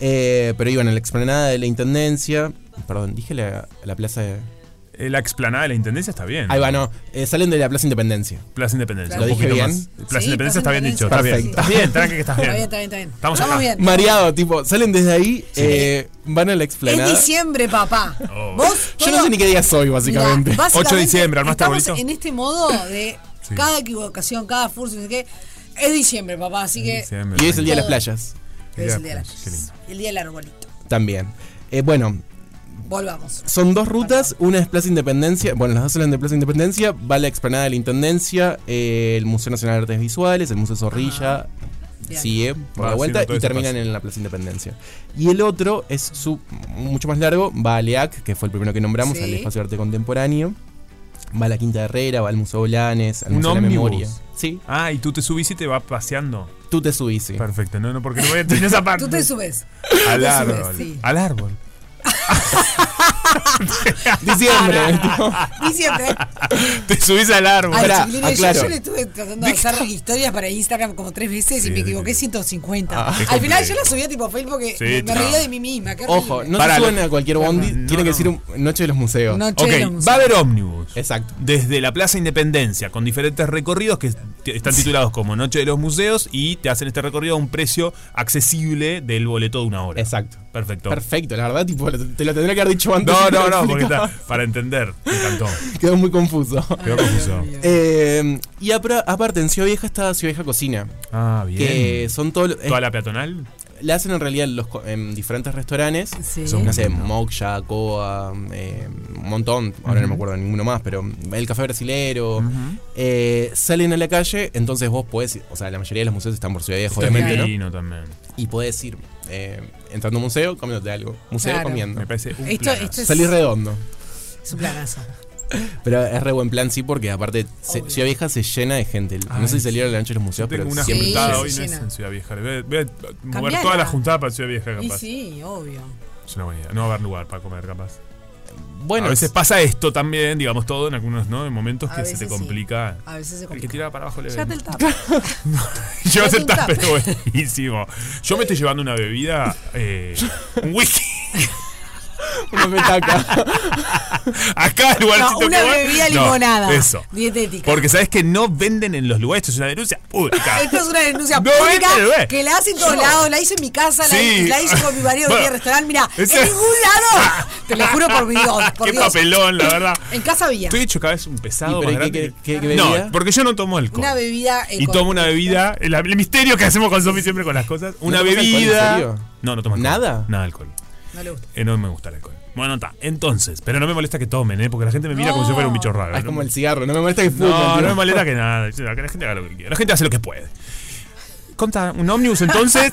Eh, pero iban a la explanada de la Intendencia. Perdón, dije la, la Plaza. de-
Eh, La explanada de la intendencia está bien.
Ahí va, no. eh, salen de la Plaza Independencia.
Plaza Independencia.
¿Lo
un
dije
poquito
bien?
más. Plaza
Sí,
Independencia
Plaza
está bien dicho. Está bien.
Independencia.
Está bien, tranqui que estás
Está bien,
bien.
está bien, está bien.
Estamos
Estamos
acá.
bien.
Mareado, tipo, salen desde ahí, eh, van a la explanada.
Es diciembre, papá.
Oh.
Vos,
Yo no sé ni qué día soy, básicamente.
Mirá,
8 de diciembre, armaste
estamos
arbolito.
en este modo de
Sí.
cada equivocación, cada furcio, no sé qué. Es diciembre, papá, así que
Sí, me
Y hoy es el día de
encanta.
las playas.
Eh, es el día de la-
Qué lindo.
el día del arbolito.
También. Eh, bueno,
Volvamos.
son dos rutas. Una es Plaza Independencia. Bueno, las dos son de Plaza Independencia. Va la explanada de la Intendencia, eh, el Museo Nacional de Artes Visuales, el Museo Zorrilla.
Ah, Bien.
Sigue por
Va
la vuelta
haciendo todo
y
ese
terminan
paso.
en la Plaza Independencia. Y el otro es su, mucho más largo. Va a LEAC, que fue el primero que nombramos,
Sí.
al Espacio de Arte Contemporáneo. Va a la Quinta Herrera, va al Museo Blanes, al
Un
Museo de la
ómnibus.
Memoria. Sí,
Ah, y tú te subís y te vas paseando.
tú te subís, sí.
Perfecto, no, no, porque no voy a entender esa parte.
Tú te subes.
Al
te
árbol.
subes, sí.
Al árbol.
Diciembre. tipo.
Diciembre.
Te subís al árbol.
Ay,
Pará,
chiquilines, yo-
aclaro.
yo le estuve tratando de hacer historias para Instagram como tres veces
Sí,
y me
sí,
equivoqué
sí.
150.
Ah, qué
Al final
complejo.
yo la subía tipo a Facebook porque
Sí,
me,
no.
me reía de mí misma. qué
Ojo,
horrible.
no
Pará,
se
lo-
suben a cualquier bondi.
No,
tiene
no.
que ser un- Noche de los Museos.
Noche de los
Ok,
museos.
va a haber ómnibus.
Exacto.
Desde la Plaza Independencia, con diferentes recorridos que t- están titulados como Noche de los Museos y te hacen este recorrido a un precio accesible del boleto de una hora.
Exacto.
Perfecto.
Perfecto, la verdad, tipo, lo- te lo tendría que haber dicho antes.
No,
y te
no,
lo
no, porque
explicaba.
está, para entender. Me encantó.
Quedó muy confuso.
Quedó confuso.
Eh, y apra- aparte, en Ciudad Vieja está Ciudad Vieja Cocina.
Ah, bien.
Que son todos. los- eh,
¿Toda la peatonal?
La hacen en realidad en, los, co- en diferentes restaurantes.
Sí.
Son-
No sé, Moksha, Coa, eh, un montón. Ahora no me acuerdo de ninguno más, pero el café brasilero. Eh, salen a la calle, entonces vos podés. ir- O sea, la mayoría de los museos están por Ciudad Vieja, obviamente, ¿no?
Divino también.
Y podés ir eh, entrando a un museo, comiéndote algo. Museo,
Claro.
comiendo.
Me parece un
Esto,
planazo.
esto es,
Salís redondo.
es un planazo.
Pero es re buen plan, sí, porque aparte se-
Obvio.
Ciudad Vieja se llena de gente.
Ay,
no sé si salieron a la noche los museos, pero
Tengo una
siempre
Sí,
juntada
se
hoy, no es
llena.
en Ciudad Vieja. Voy a, voy a mover
Cambiala.
toda la juntada para Ciudad Vieja,
Y
capaz.
sí, obvio.
Es una buena idea. No va a haber lugar para comer, capaz.
Bueno,
a veces pasa esto también, digamos todo, en algunos ¿no? En momentos
A
que se te
veces
complica.
sí. A veces se
El que
complica.
tiraba para abajo le
Ya te
ven.
el tap.
Yo
Llévate
el
un
tap,
tap.
pero buenísimo. Yo me estoy llevando una bebida, eh, un whisky.
una petaca.
Acá el
No,
lugarcito
una
que voy-
bebida
No,
limonada.
eso.
Dietética.
Porque sabes que no venden en los lugares, esto es una denuncia pública.
Esto es una denuncia
No, vete,
pública
ve.
que la hace en todos
Yo.
lados. La hice en mi casa, la,
Sí.
la hice con mi marido en el
Bueno,
restaurante. Mira, en
ese-
ningún lado. Te lo juro por mi Dios. por
Qué
Dios.
papelón, la verdad.
En casa había
Estoy hecho cada vez un pesado.
¿Y pero
más
qué-
grande.
qué- qué bebida?
no, porque yo no tomo alcohol.
una bebida. eh,
y tomo una bebida. El, el misterio que hacemos con Sofi siempre con las cosas. Una
tomas alcohol, en
bebida.
serio?
no, no tomo alcohol.
¿Nada?
Nada de alcohol.
No le gusta.
Eh, no me gusta el alcohol. Bueno, está. Entonces, pero no me molesta que tomen, ¿eh? Porque la gente me mira como si fuera un bicho raro.
Ah, es
¿no?
como el cigarro, no me molesta que fumen.
No,
tío.
no me molesta que nada. Que la gente haga lo que quiera. La gente hace lo que puede. Conta un ómnibus entonces.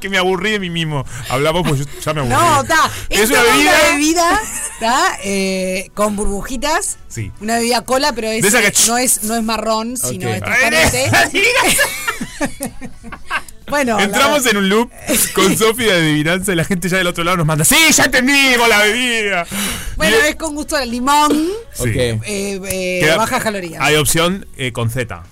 que me aburrí de mí mismo. Hablamos, pues yo ya me aburrí.
No, está.
Es
Esto
una
era
bebida.
bebida, está, eh, con burbujitas.
Sí.
Una bebida cola, pero es,
De esa que-
no, es, no es marrón, sino
Ok.
es
eh?
transparente. bueno, la
Entramos en un loop con Sofi de adivinanza y la gente ya del otro lado nos manda. ¡Sí, ya entendí con la bebida!
Bueno, es con gusto al limón.
Sí.
eh, eh,
Queda-
bajas calorías.
Hay opción eh, con Z.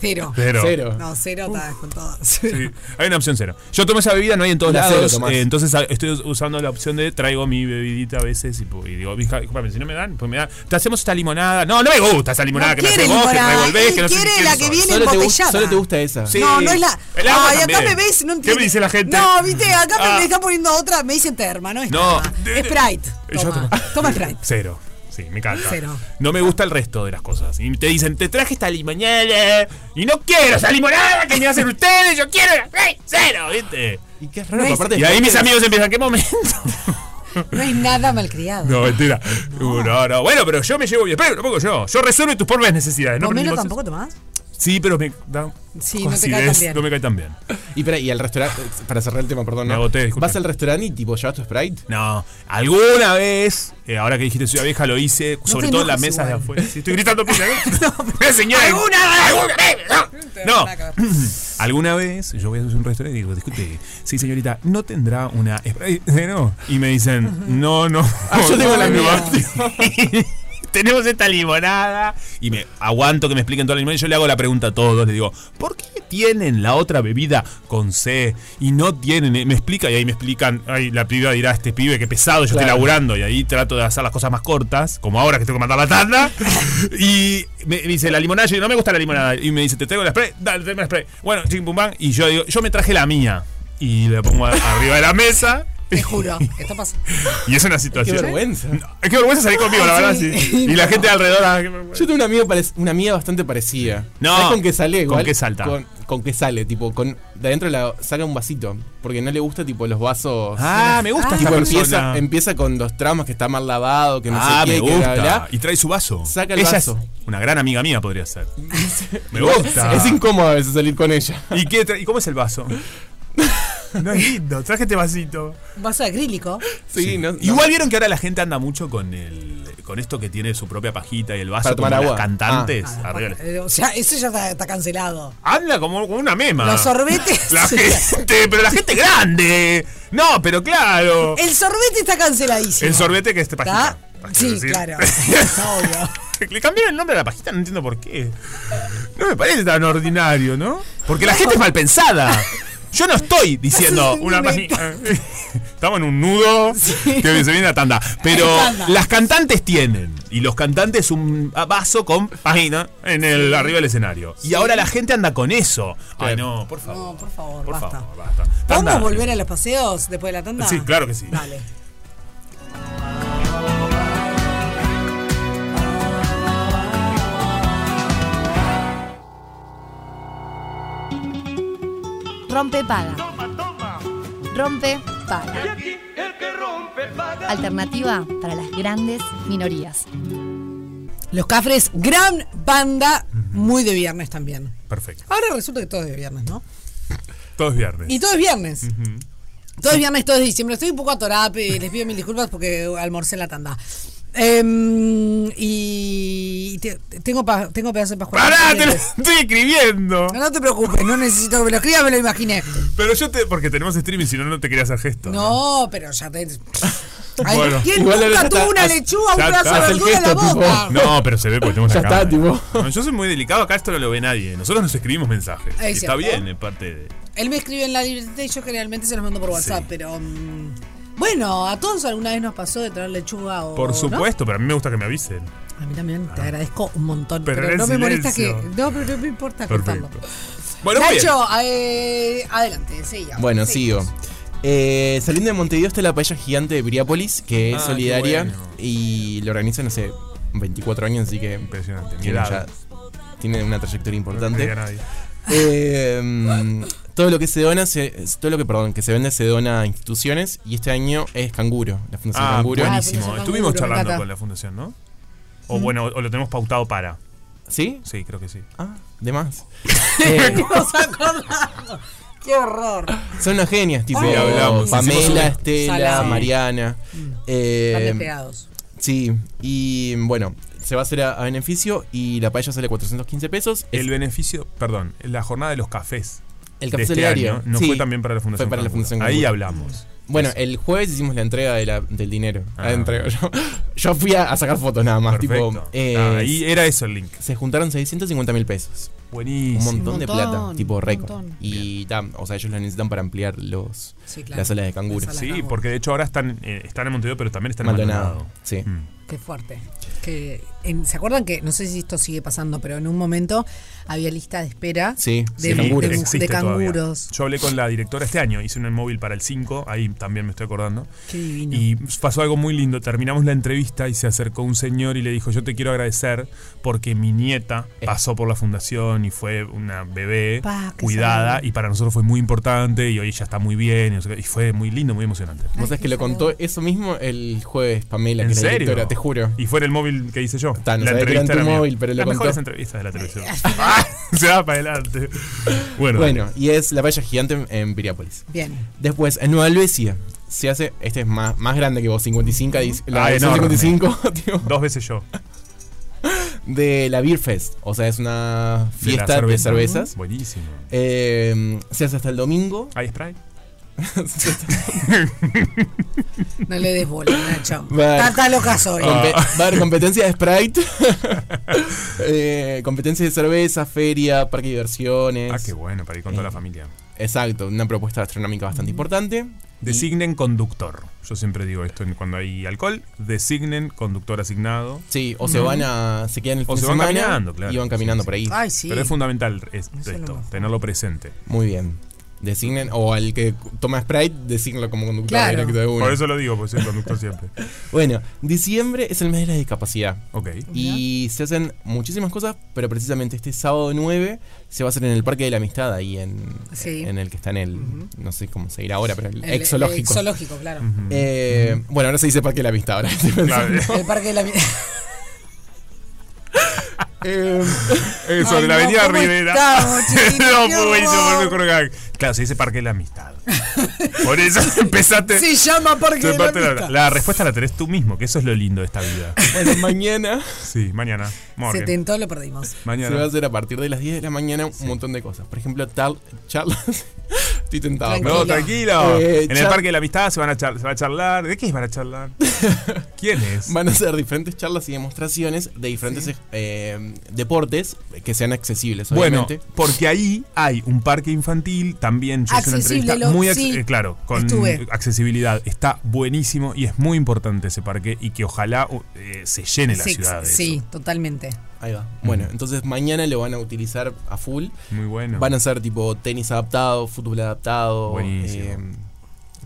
Cero.
Cero.
No, cero está con todo.
Sí, Hay una opción cero. Yo tomo esa bebida, no hay en todos
La cero
lados.
tomás.
eh, entonces a- estoy us- usando la opción de traigo mi bebidita a veces y, pu- y digo, "Mija, discúlpame, si no me dan, pues me dan. Te hacemos esta limonada. No, no me gusta esa limonada
No
que me
quiere
haces vos, que me
limonada.
devolvés,
Él
que no sé
quiere
ni quién
la
sos".
que viene
Solo te, gusta,
embotellada.
solo te gusta esa.
Sí.
No, no es la.
El agua
Ay, acá
también.
me ves, no
¿Qué
entiendo.
me dice la gente?
No, viste, acá me-
Ah.
me está poniendo otra, me dicen terma, no es
No.
terma. Sprite.
Yo
Toma,
tomo-
toma Sprite.
Cero. Sí, me encanta.
Cero.
No me gusta el resto de las cosas. Y te dicen, te traje esta limonada y no quiero esa limonada que me hacen ustedes, yo quiero la- ¡Ey, cero, ¿viste?
Y qué raro, aparte
Y
después
ahí mis
te-
amigos empiezan, ¿qué momento?
No es nada malcriado.
No, mentira. No. no, Bueno, pero yo me llevo bien. Pero tampoco yo. Yo resuelvo tus propias necesidades. ¿no?
¿Pomelo
Pero
tampoco tomás?
Sí, pero me da
Sí, no te cae tan
cosidez,
bien.
no me cae tan bien.
Y, para, y al restaurante, para cerrar el tema, perdón.
Me
¿no?
agoté, disculpa.
Vas al restaurante y tipo, llevas tu Sprite.
No, alguna vez, eh, ahora que dijiste Ciudad Vieja, lo hice, sobre
te
todo en las
enojes
mesas de
igual.
afuera. Sí, estoy gritando pizza. Una señora.
¡Alguna
¡Alguna vez! No.
van a cagar.
No. alguna vez yo voy a un restaurante y digo, disculpe, sí, señorita, ¿no tendrá una spray de no? Y me dicen, no, no.
Ah,
yo tengo la
no,
mía.
no". Tenemos esta limonada. Y me aguanto que me expliquen toda la limonada. Y yo le hago la pregunta a todos. Les digo, ¿por qué tienen la otra bebida con C y no tienen? Me explica y ahí me explican. Ay, la piba dirá, este pibe, qué pesado, yo estoy
Claro.
laburando. Y ahí trato de hacer las cosas más cortas, como ahora que tengo que mandar la tanda. y me, me dice, la limonada. Yo digo, no me gusta la limonada. Y me dice, te traigo la spray. Dale, tráeme la spray. Bueno, ching, pum, bang. Y yo digo, yo me traje la mía. Y la pongo a- arriba de la mesa.
Te juro, esto pasa.
Y es una
Qué
situación.
vergüenza.
Es que vergüenza salir conmigo, la verdad, sí.
Sí.
Y la gente de alrededor. ah, qué
Yo
vergüenza.
tengo una amiga, parec- una amiga bastante parecida.
No.
¿Sabés con qué sale?
¿Con
igual?
qué salta?
Con, con qué sale, tipo, con, de adentro la, saca un vasito. Porque no le gusta, tipo, los vasos.
Ah, me gusta esta
tipo,
persona.
empieza, empieza con dos tramos que está mal lavado, que no
ah,
sé
me
qué, que
gusta.
bla, bla.
Y trae su vaso.
Saca el
Ella
vaso.
es una gran amiga mía podría ser. me gusta.
Es incómodo a veces salir con ella.
¿Y, qué tra- ¿Y cómo es el vaso? No es lindo, traje este vasito.
Un vaso de acrílico.
Sí, no- no.
Igual vieron que ahora la gente anda mucho con el con esto que tiene su propia pajita y el vaso
Para
como
tomar
las
agua.
cantantes.
Ah,
arriba.
Eh, O sea, eso ya está, está cancelado.
Anda como, como una mema.
Los sorbetes.
La gente, pero la gente grande. No, pero claro.
El sorbete está canceladísimo.
El sorbete que es este pajita.
¿Está? Sí,
Quiero decir.
claro. Obvio.
Le cambiaron el nombre a la pajita, no entiendo por qué. No me parece tan ordinario, ¿no? Porque la gente es mal pensada. Yo no estoy diciendo
Sí,
una
me
pajita. Estamos en un nudo que se viene a tanda. Pero
Tanda.
las cantantes tienen, y los cantantes un vaso con pajina en el arriba del escenario. Y ahora la gente anda con eso. Ay, no, por favor.
No, por favor,
Por
basta.
favor, basta.
¿Podemos
Tanda.
volver a los paseos después de la tanda?
Sí, claro que sí.
Dale.
Rompe, paga. Rompe, paga. Alternativa para las grandes minorías.
Los Cafres, gran banda, muy de viernes también.
Perfecto.
Ahora resulta que todo es de viernes, ¿no?
Todo es viernes.
Y todo es viernes. Todo es viernes, todo es diciembre. Estoy un poco atorada, pe- les pido mil disculpas porque almorcé en la tanda. Em, y y te- tengo, pa- tengo pedazos de pascual.
¡Pará! Te lo estoy escribiendo.
No, no te preocupes, no necesito que me lo escribas, me lo imaginé.
Pero yo te. Porque tenemos streaming, si no, no te quería hacer gestos.
No, pero ya te. Ay,
Bueno.
¿Quién
Igual ahora
nunca
ya
tuvo
está-
una lechuga, un
ya
pedazo
está,
de
hace el
verdura en la
gesto, tipo,
boca?
No, pero se ve porque tenemos
Ya
la
está,
cámara.
tipo.
No, yo soy muy delicado, acá esto no lo ve nadie. Nosotros nos escribimos mensajes.
Es
Y está
cierto.
bien, es parte de.
Él me escribe en la libreta y yo generalmente se los mando por WhatsApp, pero. mm, bueno, a todos alguna vez nos pasó de traer lechuga o.
Por
¿no?
supuesto, pero a mí me gusta que me avisen.
A mí también te agradezco un montón. Pero,
en
no me molesta que.
silencio.
No, pero no me importa
Perfecto.
contarlo.
Bueno, muy
Nacho, eh, adelante, seguimos.
Bueno, sigo. Eh, saliendo de Montevideo está la paella gigante de Piriápolis, que es
Ah,
solidaria
qué bueno.
y lo organizan hace 24 años, así que. Impresionante, tiene,
mi
ya-
edad.
tiene una trayectoria importante.
creía nadie.
Eh, mm, todo lo que se dona, se, es- todo lo que, perdón, que se vende se dona a instituciones y este año es Canguro, la Fundación
Ah,
Canguro.
buenísimo. Estuvimos charlando con la fundación, ¿no? O
Mm.
bueno, o lo tenemos pautado para.
¿Sí?
Sí, creo que sí.
Ah, de más. Eh,
Nos acordamos. ¡Qué horror!
Son unas genias, tipo
Sí, hablamos, hicimos una-
Pamela, Estela,
Salada.
Mariana. Eh,
Están despegados.
Sí, y bueno, se va a hacer a, a beneficio y la paella sale 415 pesos.
El beneficio, perdón, la jornada de los cafés.
El
de
café
este
solidario.
año, no
Sí,
fue también para la Fundación.
fue para la
Canguro.
Fundación
Ahí
Canguro.
hablamos.
Bueno, el jueves hicimos la entrega de la- del dinero. La entrega. Yo, yo fui a, a sacar fotos nada más.
Ah. Perfecto.
Tipo, eh,
Ah, ahí era eso el link.
Se juntaron 650 mil pesos.
Buenísimo.
Un montón, de
Montón,
plata, tipo
un
récord.
montón.
Y tam, o sea, ellos lo necesitan para ampliar los
Sí,
claro.
las salas de canguro.
Sí, porque de hecho ahora están, eh, están en Montevideo, pero también están en
Maldonado,
Maldonado. Mm.
Sí.
Qué fuerte. Que en- ¿Se acuerdan que, no sé si esto sigue pasando, pero en un momento había lista de espera de, de- de- de canguros?
Yo hablé con la directora este año, hice un móvil para el 5, ahí también me estoy acordando.
Qué divino.
Y pasó algo muy lindo. Terminamos la entrevista y se acercó un señor y le dijo: Yo te quiero agradecer porque mi nieta
Eh.
pasó por la fundación y fue una bebé
Pa, qué
cuidada
salud.
y para nosotros fue muy importante y hoy ella está muy bien. Y, no sé qué. Y fue muy lindo, muy emocionante.
Vos sabés que lo contó eso mismo el jueves, Pamela,
¿En
que es la
serio?
directora, te juro.
Y fue en el móvil que hice yo.
no sabía que era en tu
mía.
móvil, pero lo
Las
contó.
mejores entrevistas de la televisión. Ah, se va para adelante. Bueno,
Bueno, y es la paella gigante en, en Piriápolis.
Bien.
Después, en Nueva Albesia se hace. Este es más, más grande que vos, 55. dice- La
Ah,
versión
enorme.
55, tío,
Dos veces yo.
de la Beer Fest. O sea, es una
De la
fiesta de,
cerveza.
cervezas.
Buenísimo.
Eh, se hace hasta el domingo.
¿Hay Sprite?
No le des bola, Nacho.
Va-
Tanta loca soy.
Ah,
Compe- Va a haber competencia de Sprite, eh, competencia de cerveza, feria, parque de diversiones.
Ah, qué bueno, para ir con toda
eh,
la familia.
Exacto, una propuesta gastronómica
Mm.
bastante importante.
Designen conductor. Yo siempre digo esto en- cuando hay alcohol. Designen conductor asignado.
Sí, o se van a. se quedan el
Mm.
fin
O
de
se van
semana
caminando, claro.
y van caminando
Sí,
por ahí.
sí. Pero es fundamental es- esto, tenerlo presente.
Muy bien. Designen, o al que toma Sprite, designenlo como conductor
Claro.
directo de uno.
Por eso lo digo, porque soy conductor siempre.
Bueno, diciembre es el mes de la discapacidad.
Ok.
Y se hacen muchísimas cosas, pero precisamente este sábado 9 se va a hacer en el Parque de la Amistad, ahí en,
Sí.
en el que está en el, no sé cómo se dirá ahora, pero el,
El- el
exológico.
exológico, claro.
Mm.
Ujú.
Eh, Bueno, ahora se dice Parque de la Amistad, ahora estoy pensando.
El parque de la.
Eh,
Eso,
Ay,
de la
no,
avenida
¿cómo
Rivera.
estamos, chiquito?
no, pues,
Qué
fue buenísimo,
horror.
fue el mejor gag. Claro, se dice Parque de la Amistad. Por eso empezaste.
Se llama Parque
te
de la
parte la-
Amistad.
la respuesta la tenés tú mismo, que eso es lo lindo de esta vida.
Bueno, mañana.
Sí, mañana.
Se
Morgan.
tentó, lo perdimos.
Mañana.
Se va a hacer a partir de las 10 de la mañana un montón de cosas. Por ejemplo, tal, charlas. Estoy tentado.
No,
perdón.
tranquilo.
Eh,
en el
char-
Parque de la Amistad se, van a char- se va a charlar. ¿De qué van a charlar? ¿Quién es?
Van a ser diferentes charlas y demostraciones de diferentes
Sí.
eh, deportes que sean accesibles,
Bueno,
obviamente.
porque ahí hay un parque infantil también. Yo hice una
Accesible,
entrevista
lo-
muy ac-
sí,
eh, claro, con
estuve.
accesibilidad. Está buenísimo y es muy importante ese parque y que ojalá uh, eh, se llene la
Sí,
ciudad. de
sí, totalmente.
Ahí va. Bueno, entonces mañana lo van a utilizar a full.
Muy bueno.
Van a ser tipo tenis adaptado, fútbol adaptado,
Buenísimo.
eh,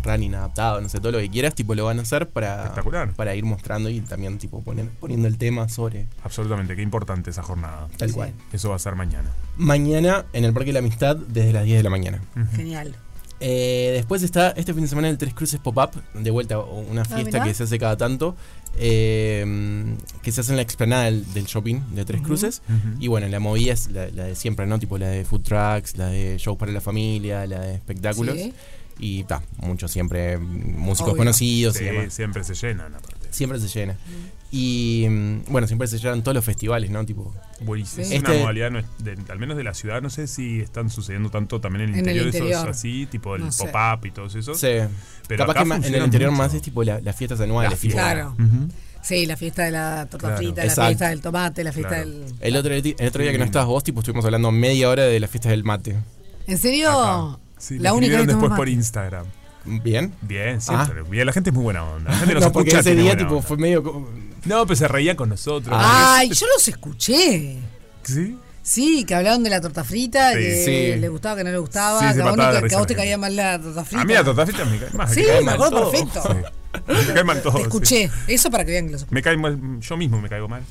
running adaptado, no sé, todo lo que quieras, tipo lo van a hacer para, para ir mostrando y también tipo poner, poniendo el tema sobre.
Absolutamente, qué importante esa jornada.
Tal cual.
Eso va a ser mañana.
Mañana en el Parque de la Amistad desde las 10 de la mañana.
Genial.
Eh, después está este fin de semana el Tres Cruces Pop-Up, de vuelta o- una fiesta
mirá.
que se hace cada tanto, eh, que se hace en la explanada del, del shopping de Tres
Ujú.
Cruces.
Ujú.
Y bueno, la movida es la, la de siempre, ¿no? Tipo la de food trucks, la de shows para la familia, la de espectáculos.
Sí.
Y ta, muchos siempre, mm, músicos
Obvio.
conocidos
Sí,
y demás.
siempre se llenan, aparte.
Siempre se llena. Y mm, bueno, siempre se llenan todos los festivales, ¿no? Tipo.
Buenísimo. Es una
Este-
modalidad, no es- de- al menos de la ciudad, no sé si están sucediendo tanto también en el
En el
interior, eso es
interior.
así, tipo el
No sé.
pop-up y todos esos.
Sí.
Pero
Capaz
acá
que ma- en el
funcionan
interior
mucho.
más es tipo la- las fiestas anuales.
Las
tipo-
fiestas.
Claro. Sí, la fiesta de la torta
Claro.
frita, la
Exacto.
fiesta del tomate, la fiesta
Claro.
del.
Mm.
el, otro, el otro día que no estabas vos, tipo, estuvimos hablando media hora de las fiestas del mate.
¿En serio?
Sí,
La
me
única
escribieron
que tomo
después
mate.
por Instagram.
¿Bien?
Bien,
Ah.
siempre. Bien, la gente es muy buena onda. La gente nos
No, porque
escucha,
ese
tiene
día
buena
tipo
onda.
fue Ah. medio como-
No, pues se reía con nosotros. Ah.
Ay, yo los escuché.
¿Sí?
Sí, que hablaban de la torta frita,
Sí.
que
Sí.
le gustaba, que no le gustaba,
Sí, se
que, a vos, no-
mataba de
que- que
risa
a vos
la
te
gente.
caía mal la torta frita.
A mí la torta frita Ah, me cae más.
Sí,
cae
me
mal
acuerdo
todo.
perfecto.
Sí. Me cae mal todo.
Te
sí.
escuché. Eso para que vean que los escuché.
Me cae mal. Yo mismo me caigo mal.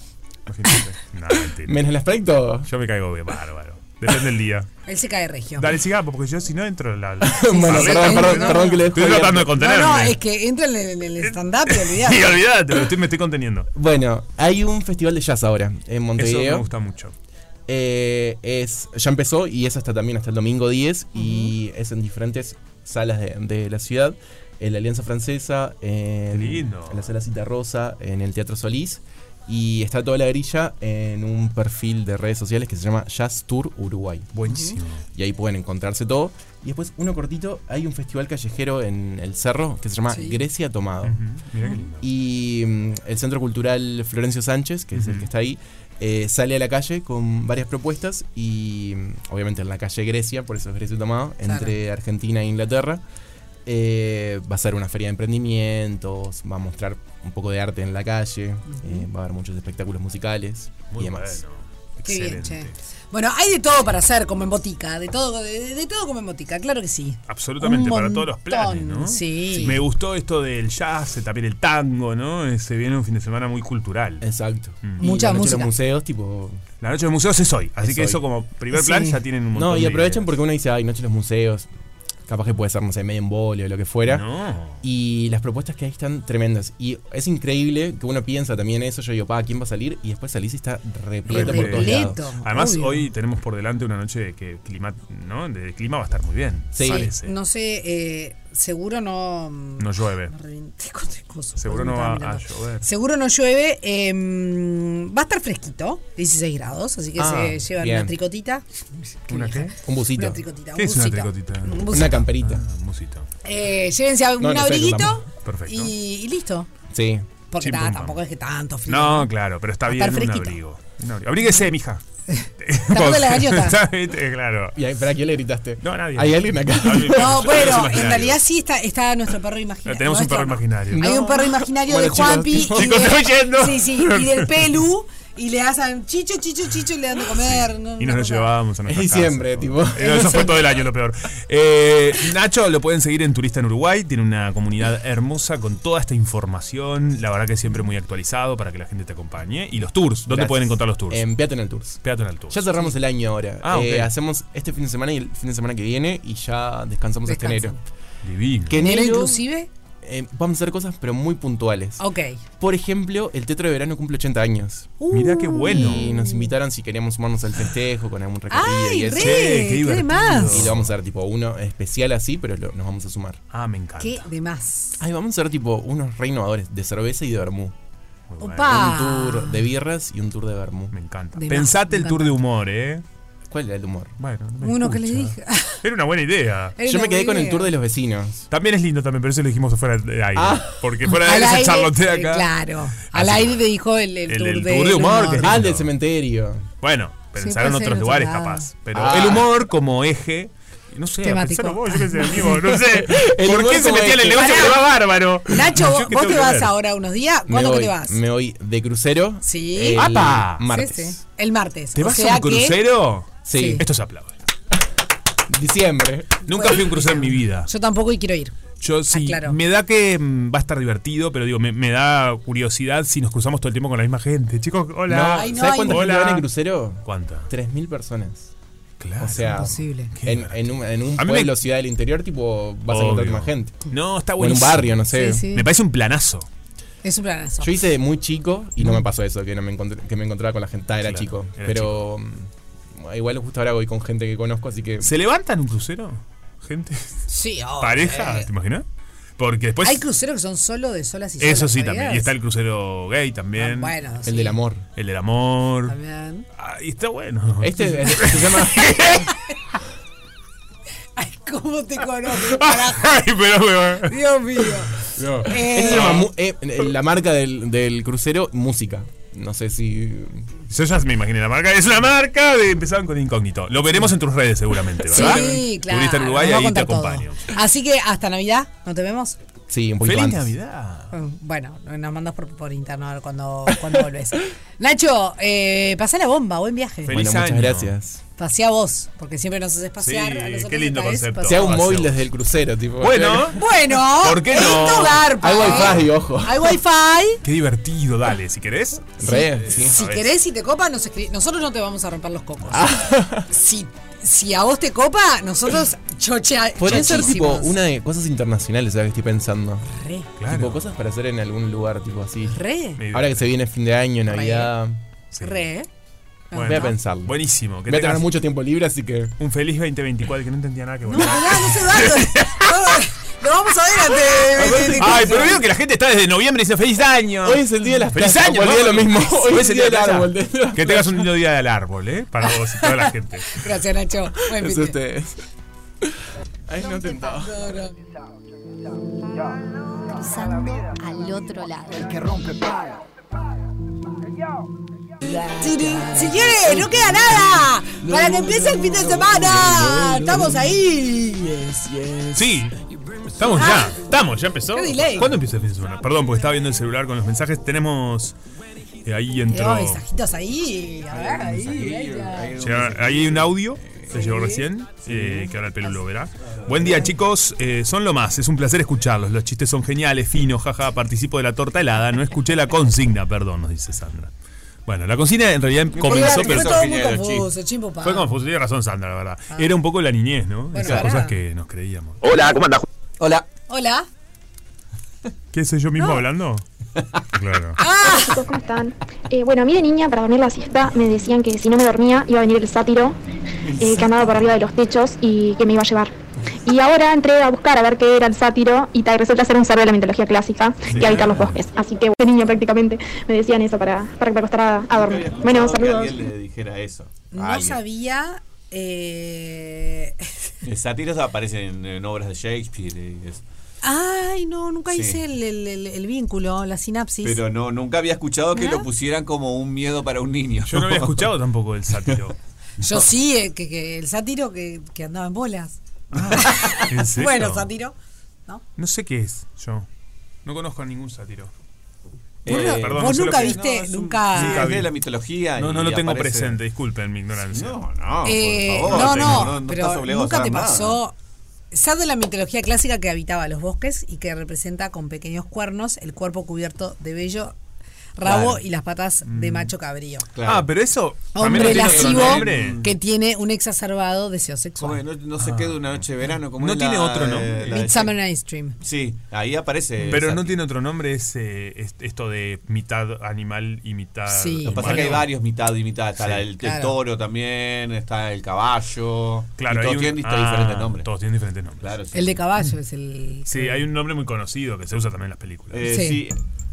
Imagínate. No, mentira.
Menos el aspecto.
Yo me caigo bien, bárbaro. Depende del día.
Él se cae regio.
Dale cigarro, porque yo si no entro en la. la
Bueno,
parleta.
perdón, perdón,
No,
perdón que le
Estoy
dejo
tratando de
abierto.
contenerme.
No, es que entra en el, en el stand-up y olvidate.
Y olvídate, pero estoy- me estoy conteniendo.
Bueno, hay un festival de jazz ahora en Montevideo.
Eso me gusta mucho.
Eh, es, ya empezó y es hasta también hasta el domingo 10 y es en diferentes salas de, de la ciudad. En la Alianza Francesa, en,
Qué lindo.
en la Sala Cita Rosa, en el Teatro Solís. Y está toda la grilla en un perfil de redes sociales que se llama Jazz Tour Uruguay.
Buenísimo.
Y ahí pueden encontrarse todo. Y después, uno cortito, hay un festival callejero en el cerro que se llama
Sí.
Grecia Tomado.
Mira qué lindo.
Y mm, el Centro Cultural Florencio Sánchez, que es el
Ujú.
que está ahí, eh, sale a la calle con varias propuestas y mm, obviamente en la calle Grecia, por eso es Grecia Tomado,
Claro.
entre Argentina e Inglaterra. Eh, va a ser una feria de emprendimientos, va a mostrar un poco de arte en la calle, eh, va a haber muchos espectáculos musicales
Muy
y demás.
bueno.
Qué bien,
Excelente.
che. Bueno, hay de todo para hacer como en botica, de todo, de, de todo como en botica, claro que sí.
Absolutamente,
Un
para todos los planes,
montón,
¿no?
sí.
Me gustó esto del jazz, también el tango, ¿no? Eh, Se viene un fin de semana muy cultural.
Exacto.
Mm.
Y
Mucha
la noche de
música.
los museos, tipo.
La noche de museos es hoy, así
Es
que
hoy.
eso como primer plan
Sí.
ya tienen un montón
No, y
de
aprovechan
ideas.
porque uno dice, ay, noche de los museos. Capaz que puede ser, no sé, medio embolio o lo que fuera.
No.
Y las propuestas que hay están tremendas. Y es increíble que uno piensa también eso. Yo digo, pa, ¿quién va a salir? Y después salís y está repleto por todos
Repleto.
lados.
Además,
obvio.
hoy tenemos por delante una noche que clima, ¿no? De clima va a estar muy bien.
Sí.
parece.
No sé, eh, seguro no.
No llueve.
Me reventé con el coso,
Seguro no
me estaba
va
mirando.
a llover.
Seguro no llueve. eh, va a estar fresquito, 16 grados, así que
Ah,
se llevan
bien.
una tricotita.
¿Una qué?
Un busito.
Una tricotita,
¿Qué
un
es una
busito.
tricotita?
Un busito.
Una camperita.
Ah, musito.
Eh, llévense a un
no sé,
abriguito
tampoco.
Perfecto.
y, y listo.
Sí.
Porque
Chim,
ta,
pum, pam.
tampoco es que tanto frío.
No, claro, pero está
Va a
bien
estar
un
fresquito.
abrigo. Un abrigo. Abríguese, mija.
Tapate la gaviota.
¿Sabes? claro.
¿Y ahí- para quién le gritaste?
No, nadie.
¿Hay alguien acá?
A mí-
No,
Yo
bueno,
tenemos
en
imaginario.
realidad sí está, está nuestro perro imaginario.
Tenemos un perro imaginario.
Hay un perro imaginario
Bueno,
de
chicos,
Juanpi. y
chicos,
de-
estoy yendo.
Sí, sí, y del Pelu. Y le hacen chicho, chicho, chicho y le dan de comer. no,
Y
una
nos lo
cosa.
llevábamos a
Es
nuestra
diciembre,
casa,
tipo.
todo. Eh, Eso fue todo el año lo peor. Eh, Nacho lo pueden seguir en Turista en Uruguay. Tiene una comunidad hermosa con toda esta información. La verdad que siempre muy actualizado para que la gente te acompañe. Y los tours. ¿Dónde
Gracias.
pueden encontrar los tours?
En Peatonal Tours.
Peatonal Tours.
Ya cerramos el año ahora.
Ah,
Eh,
ok.
hacemos este fin de semana y el fin de semana que viene y ya descansamos hasta
Descansan.
enero.
Divino.
Que
¿Enero
enero,
inclusive?
eh, vamos a hacer cosas, pero muy puntuales.
Ok.
Por ejemplo, el Teatro de Verano cumple 80 años.
Mirá qué bueno.
Y nos invitaron si queríamos sumarnos al festejo con algún recorrido
¡Ay,
y eso.
re!
Che, qué
¡Qué de
divertido.
Y
más!
lo vamos a hacer tipo uno especial así, pero lo- nos vamos a sumar.
Ah, me encanta.
¡Qué de más!
Ay, vamos a hacer tipo unos reinovadores de cerveza y de vermú.
Muy bueno.
¡Opa!
Un tour de birras y un tour de vermú.
Me encanta.
De más,
Pensate
me
el tour
encanta.
de humor, ¿eh?
¿Cuál era el humor?
Bueno, no me
Uno que le
escucha.
dije.
Era una buena idea.
Era
Yo
una
me quedé
buena
con el
idea.
tour de los vecinos.
También es lindo también, pero eso lo dijimos fuera de aire.
Ah.
Porque fuera de aire
Al
se
aire,
charlotea
eh,
acá.
Claro. Al
Así.
aire te dijo el, el
El-
tour,
el
de,
tour de humor, que-
Ah, el
lindo.
del cementerio.
Bueno, pensaron en
puede ser
otros
otro
lugares
lado.
capaz. Pero
Ah.
el humor como eje. No sé,
Temático.
pensalo vos, yo qué sé, amigo, no sé.
El
¿Por
humor
qué se
como
metía en el
eje.
negocio que le va bárbaro?
Nacho,
Yo
vos,
qué tengo
vos te
que
vas
ver.
ahora unos días.
Me
¿Cuándo que
voy,
te vas?
Me voy de crucero.
Sí.
el
¡Apa!
Martes.
Sí, sí. El martes.
¿Te
O
vas
sea
a un
que-
crucero?
Sí.
Esto se aplaude.
Diciembre.
Nunca fui a un crucero en mi vida.
Yo tampoco y quiero ir.
Yo sí,
Ah, claro.
me da que mm, va a estar divertido, pero digo, me, me da curiosidad si nos cruzamos todo el tiempo con la misma gente. Chicos, hola.
No, Ay, no,
¿Sabes
ay,
cuánta
no.
gente
Hola.
van en crucero?
¿Cuánta?
3.000 personas.
Claro.
O sea,
imposible.
Qué
en, en un, en un
A mí me-
pueblo, ciudad del interior, tipo, vas a encontrar
Obvio.
más gente.
No, está
O en un
buenísimo.
barrio, no sé.
Sí, sí.
Me parece un planazo.
Es un planazo.
Yo hice de muy chico y no me pasó eso, que no me encontré, que me encontraba con la gente. Ah, era
Claro,
chico.
era
pero mm, igual justo ahora voy con gente que conozco, así que.
¿Se levantan un crucero? ¿Gente?
Sí, oh,
¿Pareja?
eh.
¿Te imaginas? Porque después.
Hay cruceros que son solo de solas y solas.
Eso sí,
¿sabías?
también. Y está el crucero gay también.
Ah, bueno,
el del amor.
El del amor.
También.
Ah, y está bueno.
Este es- se llama.
Ay, ¿cómo te conozco, carajo?
Ay, pero me-
Dios mío.
eh, este se llama mu- eh, la marca del, del crucero, música. no sé si.
Yo ya me imaginé la marca. Es una marca de. Empezaban con incógnito. Lo veremos en tus redes seguramente,
Sí,
¿verdad?
claro.
Turista en Uruguay,
Nos va a
ahí te
contar todo.
acompaño.
Así que hasta Navidad, ¿no te vemos? Mm,
Sí, un
¡Feliz
poquito antes.
Navidad!
Bueno, nos mandas por, por interno a ver cuando, cuando volvés. Nacho, eh, pasá la bomba, buen viaje.
Bueno, muchas gracias.
Pasé a vos, porque siempre nos haces pasear. a nosotros esta vez pasé
Sea
a
un
vos.
móvil desde el crucero, tipo.
Bueno.
Bueno,
¿Por qué no?
esto garpa,
Hay wifi,
¿eh?
ojo.
Hay wifi.
Qué divertido, dale, si querés.
Re, sí.
Si querés, si te copa, nos escri- nosotros no te vamos a romper los cocos.
Ah.
si, si a vos te copa, nosotros chochea.
Podría ser tipo
chochísimos.
una de cosas internacionales, ¿sabes? Estoy pensando.
Re.
Tipo cosas para hacer en algún lugar, tipo así.
Re.
Ahora que se viene fin de año, Navidad.
Re. ¿eh?
Voy a pensarlo.
Buenísimo.
Voy a tener
tengas
mucho tiempo libre, así que.
Un feliz 2024, que no entendía nada que bueno.
Lo vamos a ver antes. de- de- de-
Ay, pero veo que la gente está desde noviembre y dice feliz año.
Hoy es el día de las
¡Feliz
plantas,
año!
volví a lo mismo. Hoy es el día del
de la
árbol,
playa. Que tengas un lindo día del árbol, ¿eh? Para vos y toda la gente.
Gracias, Nacho. Buen
Es
fin de-
ustedes. Ay, no tentaba.
Cruzando al otro lado.
Tiri, Señores, no queda nada para que empiece el fin de semana. Estamos ahí.
Sí. Estamos ya. Estamos, ya empezó.
Ah. Qué delay.
¿Cuándo empieza el fin de semana? Perdón, porque estaba viendo el celular con los mensajes. Tenemos. eh, ahí entró.
Ay, sajitos ahí. A ver, ahí.
Llega- ahí hay un audio. Se llegó recién, eh, que ahora el pelo lo verá. Buen día, chicos. eh, son lo más. Es un placer escucharlos. Los chistes son geniales, finos, jaja. Participo de la torta helada. No escuché la consigna, perdón, nos dice Sandra. Bueno, la consigna en realidad comenzó,
Fue-
pero
fue todo muy confuso, chimbo pa.
Fue confuso, tiene razón Sandra, la verdad. Era un poco la niñez, ¿no? Esas
Ah. pará.
cosas que nos creíamos.
Hola, ¿cómo andas?
Hola.
Hola.
¿Qué soy yo mismo hablando? Claro.
Ah.
Hola, chicos, ¿cómo están? Eh, bueno, a mí de niña, para dormir la siesta, me decían que si no me dormía, iba a venir el sátiro eh, que andaba por arriba de los techos y que me iba a llevar. Y ahora entré a buscar a ver qué era el sátiro y tal, resulta ser un cerdo de la mitología clásica que habita los bosques. Así que, de niña prácticamente, me decían eso para, para que me acostara Ah, a, a dormir. Bueno,
Que
saludos.
alguien le dijera eso.
No
A alguien.
sabía. eh,
Sátiros aparecen en, en obras de Shakespeare. y eso.
Ay, no, nunca
Sí.
hice el, el- el- el vínculo, la sinapsis.
Pero no, nunca había escuchado que lo pusieran como un miedo para un niño.
Yo no había escuchado tampoco el sátiro.
Yo sí, eh, que, que el sátiro que, que andaba en bolas. Ah.
¿En serio?
Bueno, sátiro.
No sé qué es, yo. No conozco a ningún sátiro.
Eh, Vos no-
perdón,
vos
sé lo
nunca
que es.
viste,
es un-
nunca-
Sí, es de la mitología
No,
y
no lo tengo
aparece-
presente, disculpen mi ignorancia. Ah, No,
no,
Eh, no, no, pero nunca te pasó. Sad de la mitología clásica que habitaba los bosques y que representa con pequeños cuernos el cuerpo cubierto de vello, rabo
Claro.
y las patas de macho cabrío.
Ah, pero eso. también
Hombre
tiene otro
lascivo
nombre.
Mm.
que tiene un exacerbado deseo sexual.
Como que no, no se queda una noche de verano como
Ah. No
es
tiene
la-
otro nombre.
la de
Midsummer Night's Dream.
Sí, ahí aparece.
Pero
el
no
sátiro.
tiene otro nombre ese, es- esto de mitad animal y mitad.
Sí.
Lo que pasa es que hay varios mitad y mitad. Está
Sí,
la- el, el
claro.
toro también, está el caballo.
Claro,
y
hay
todos
un-
tienen dist-
ah,
diferentes nombres.
Todos tienen diferentes nombres.
Claro,
El de caballo es
Mm.
el.
Sí, hay un nombre muy conocido que se usa también en las películas.
Eh, sí.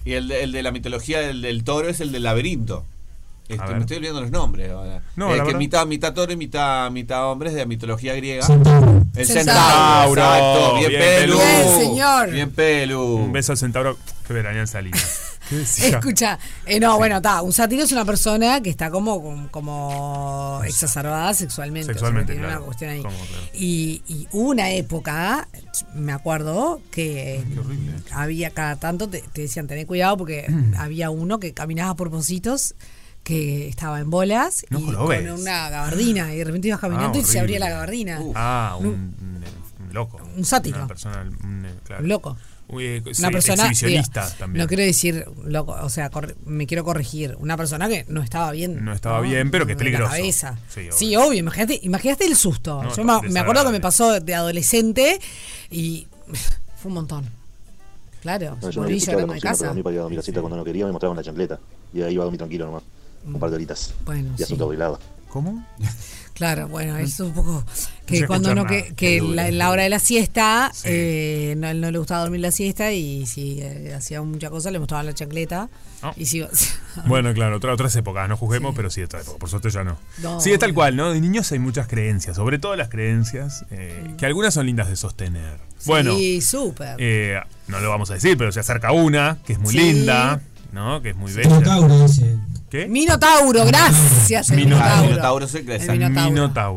Y el de, el de la mitología del, del toro es el del laberinto. Este,
ver.
me estoy olvidando los nombres ahora.
No,
Eh,
la
que
verdad-
mitad, mitad toro y mitad, mitad hombre es de la mitología griega.
Centauro.
El
Centauro.
centauro. Exacto. Bien,
Bien,
pelu.
Bien,
señor.
Bien pelu.
Un beso al centauro que veranean Salinas. ¿Qué decía?
Escucha, eh, no, bueno, está. Un sátiro es una persona que está como, como, como exacerbada sexualmente. o sea,
Sexualmente,
tiene
claro.
una cuestión ahí.
Como, claro.
Y, y hubo una época, me acuerdo, que
eh.
había cada tanto, te, te decían tener cuidado porque
Mm.
había uno que caminaba por pocitos que estaba en bolas
No
y
jorobes.
con una gabardina y de repente ibas caminando
Ah,
y se abría
horrible.
la gabardina.
Ah, un, un- un loco.
Un sátiro.
Una persona, un, eh, claro.
Un loco.
Uy, eh, sí,
una persona
exhibicionista
digo,
también.
No quiero decir loco, o sea, corre- me quiero corregir, una persona que no estaba bien.
No estaba bien, pero que es
De la
peligroso.
cabeza.
Sí,
Sí,
obvio.
obvio, imagínate, imagínate el susto.
No,
Yo me, me acuerdo que
desagradable.
me pasó de adolescente y fue un montón. Claro,
No, yo no había
morí
escuchado la
llorando en
consigna, pero
casa.
a mí para ir a dormir a cita cuando no quería me mostraban la chancleta. Y ahí iba a dormir tranquilo nomás. Un par de horitas.
Bueno,
y asunto arreglado.
¿Cómo?
Claro,
Mm.
bueno, eso es un poco que
se
cuando
escucha
no que,
nada,
que
qué duro,
la, en la hora de la siesta eh, no, no le gustaba dormir la siesta y si eh, hacía mucha cosa le mostraban la chancleta
Ah.
y si
Bueno, claro, otra- otras épocas, no juzguemos, pero sí, otra época. Por suerte ya no.
No.
Sí, es tal cual, ¿no? De niños hay muchas creencias, sobre todo las creencias, eh, que algunas son lindas de sostener. Bueno,
Sí, súper.
eh, no lo vamos a decir, pero se acerca una, que es muy
Sí.
linda, ¿no? Que es muy bella.
Centauro, dice.
¿Qué?
Minotauro, gracias. el
Minotauro.
Minotauro.
Minotauro se-
El
Minotauro.
Minotauro.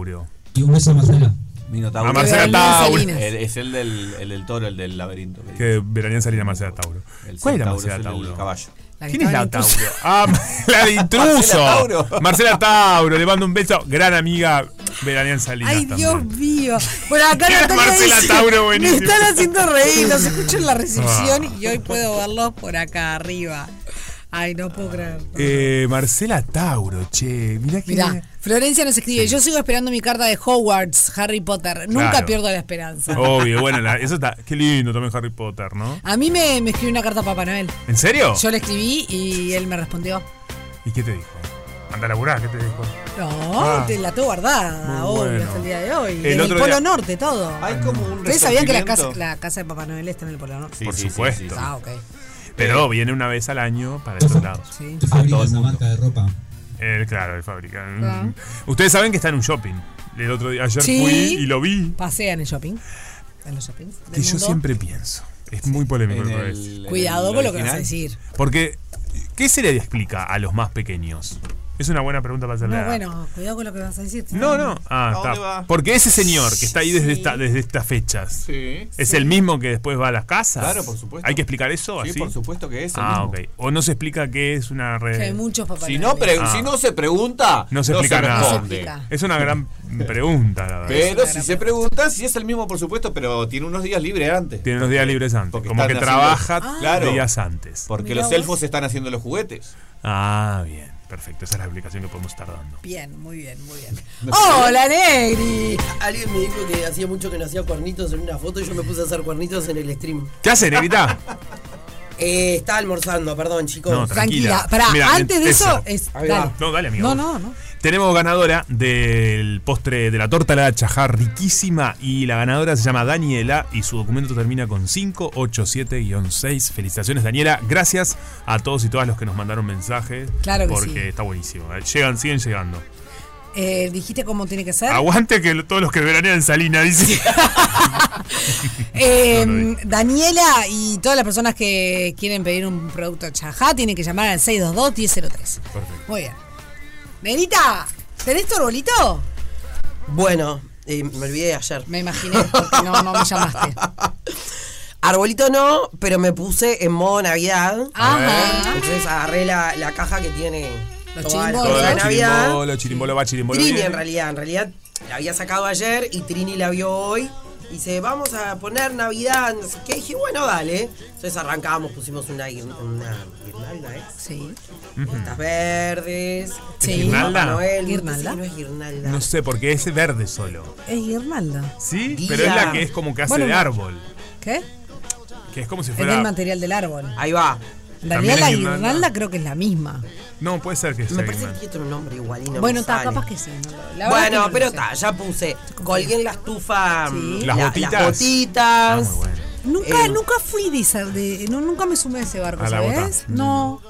Y un beso a Marcela.
Minotauro.
A Ah, Marcela Pero Lina Tauro. Eh, Salinas.
El- es el del, el del toro, el del laberinto. que
Que veranía salir a Marcela Tauro.
El
¿Cuál es la
Tauro
Marcela
es el
Tauro?
caballo.
La
¿Quién es la
Tauro
Tauro?
intruso.
Ah, la de intruso.
Marcela Tauro.
Marcela Tauro, le mando un beso. Gran amiga veranía en Salinas.
Ay,
también.
Dios mío. Bueno, acá
Era
Natalia
Marcela
dice,
Tauro,
me
buenísimo.
están haciendo reír, los escucho en la recepción
Ah.
y hoy puedo verlos por acá arriba. Ay, no puedo creer.
Eh, Marcela Tauro, che. Mirá que.
Mirá, Florencia nos escribe, yo sigo esperando mi carta de Hogwarts, Harry Potter. Nunca
Claro.
pierdo la esperanza.
Obvio, bueno, la- eso está. Qué lindo también Harry Potter, ¿no?
A mí me, me escribió una carta a Papá Noel.
¿En serio?
Yo le escribí y él me respondió.
¿Y qué te dijo? Anda a laburar, ¿qué te dijo?
No,
Ah.
te la tengo guardada,
Muy
obvio,
bueno.
hasta el día de hoy.
El
en el
otro
Polo
día-
Norte, todo.
Hay como un
¿Ustedes sabían que la casa,
resentimiento?
la casa de Papá Noel está en el Polo Norte?
Por supuesto.
Ah, ok. Ah.
Pero viene una vez al año para estos lados.
Sí.
Tú
Ah,
fabricas una marca de ropa.
Eh, claro, el fabricante.
Ah.
Ustedes saben que está en un shopping. El otro día, ayer
Sí.
fui y lo vi.
Pasea en el shopping. En los shoppings. del
Que yo
mundo.
siempre pienso. Es muy polémico
En
el,
el-
progreso.
Cuidado con lo que vas a decir.
Porque, ¿qué se le explica a los más pequeños? Es una buena pregunta para hacerle
No,
a-
bueno, cuidado con lo que vas a decir.
No, no. Ah,
¿A dónde
está.
va?
Porque ese señor que está ahí desde,
Sí.
esta- desde estas fechas
Sí.
es
Sí.
el mismo que después va a las casas.
Claro, por supuesto.
¿Hay que explicar eso?
Sí,
así?
por supuesto que es el
ah,
mismo.
ok. O no se explica qué es una red.
Que hay muchos Papá
Si no,
Noel.
pre-
Ah.
si no se pregunta,
No se explica nada. Ah,
responde.
Es una gran pregunta, la verdad.
Pero si se pregunta, si es el mismo, por supuesto, pero tiene unos días libres antes.
Tiene unos días libres antes. como que
están haciendo-
trabaja
Ah. Claro.
días antes.
Porque los elfos están haciendo los juguetes.
Ah, bien. Perfecto. Esa es la explicación que podemos estar dando.
Bien, muy bien, muy bien.
¡Hola,
Negri!
Alguien me dijo que hacía mucho que no hacía cuernitos en una foto y yo me puse a hacer cuernitos en el stream.
¿Qué hace, Negrita?
Eh, estaba almorzando, perdón, chicos.
No, tranquila. Tranquila, pará, Mira, antes de eso, eso. es-
Ahí va.
dale. No, dale, amigo. No, no, Tenemos ganadora del postre de la torta la chajar riquísima y la ganadora se llama Daniela y su documento termina con 587-6. Felicitaciones Daniela, gracias a todos y todas los que nos mandaron mensajes
Claro que
porque
sí.
está buenísimo. eh. Llegan, siguen llegando.
Eh, dijiste cómo tiene que ser.
Aguante que lo- todos los que veranean en Salina dice.
Eh, Daniela y todas las personas que quieren pedir un producto chajá tienen que llamar al 622-1003.
Perfecto.
Muy bien. Negrita, ¿tenés tu arbolito?
Bueno, eh, me olvidé de ayer.
Me imaginé, porque no, no me llamaste.
Arbolito no, pero me puse en modo Navidad. Eh,
Ajá.
Entonces agarré la, la caja que tiene
Los
toda la
chirimbolos.
cosa de Navidad.
Chirimbolo, chirimbolo va, chirimbolo
Trini
viene.
en realidad, en realidad la había sacado ayer y Trini la vio hoy. Y Dice, vamos a poner Navidad, no sé qué. Y dije, bueno, dale. Entonces arrancamos, pusimos una guir- una guirnalda, ¿eh?
Sí.
Estas verdes.
Sí. ¿Guirnalda?
Papá Noel,
¿Guirnalda?
sí, no es guirnalda.
No sé, porque es verde solo.
Es Guirnalda.
Sí, pero es la que es como que hace
Bueno,
de
no.
árbol.
¿Qué?
Que es como si
Es del
fuera.
material del árbol.
Ahí va.
También
Daniela
es
y
guirnalda.
Guirnalda creo que es la misma.
No, puede ser que sea.
Me parece que
Guirnalda.
tiene otro nombre igual y no
bueno,
me
está,
sale.
capaz que sí. no lo- la verdad es que no
bueno,
lo
pero
sé.
está, ya puse. Colgué en la estufa mm,
Las
la-
botitas. Ah,
botitas.
Nunca,
Eh.
nunca fui de esa, de, no, nunca me sumé a ese barco,
A la
¿sabes?
bota. Mm.
No.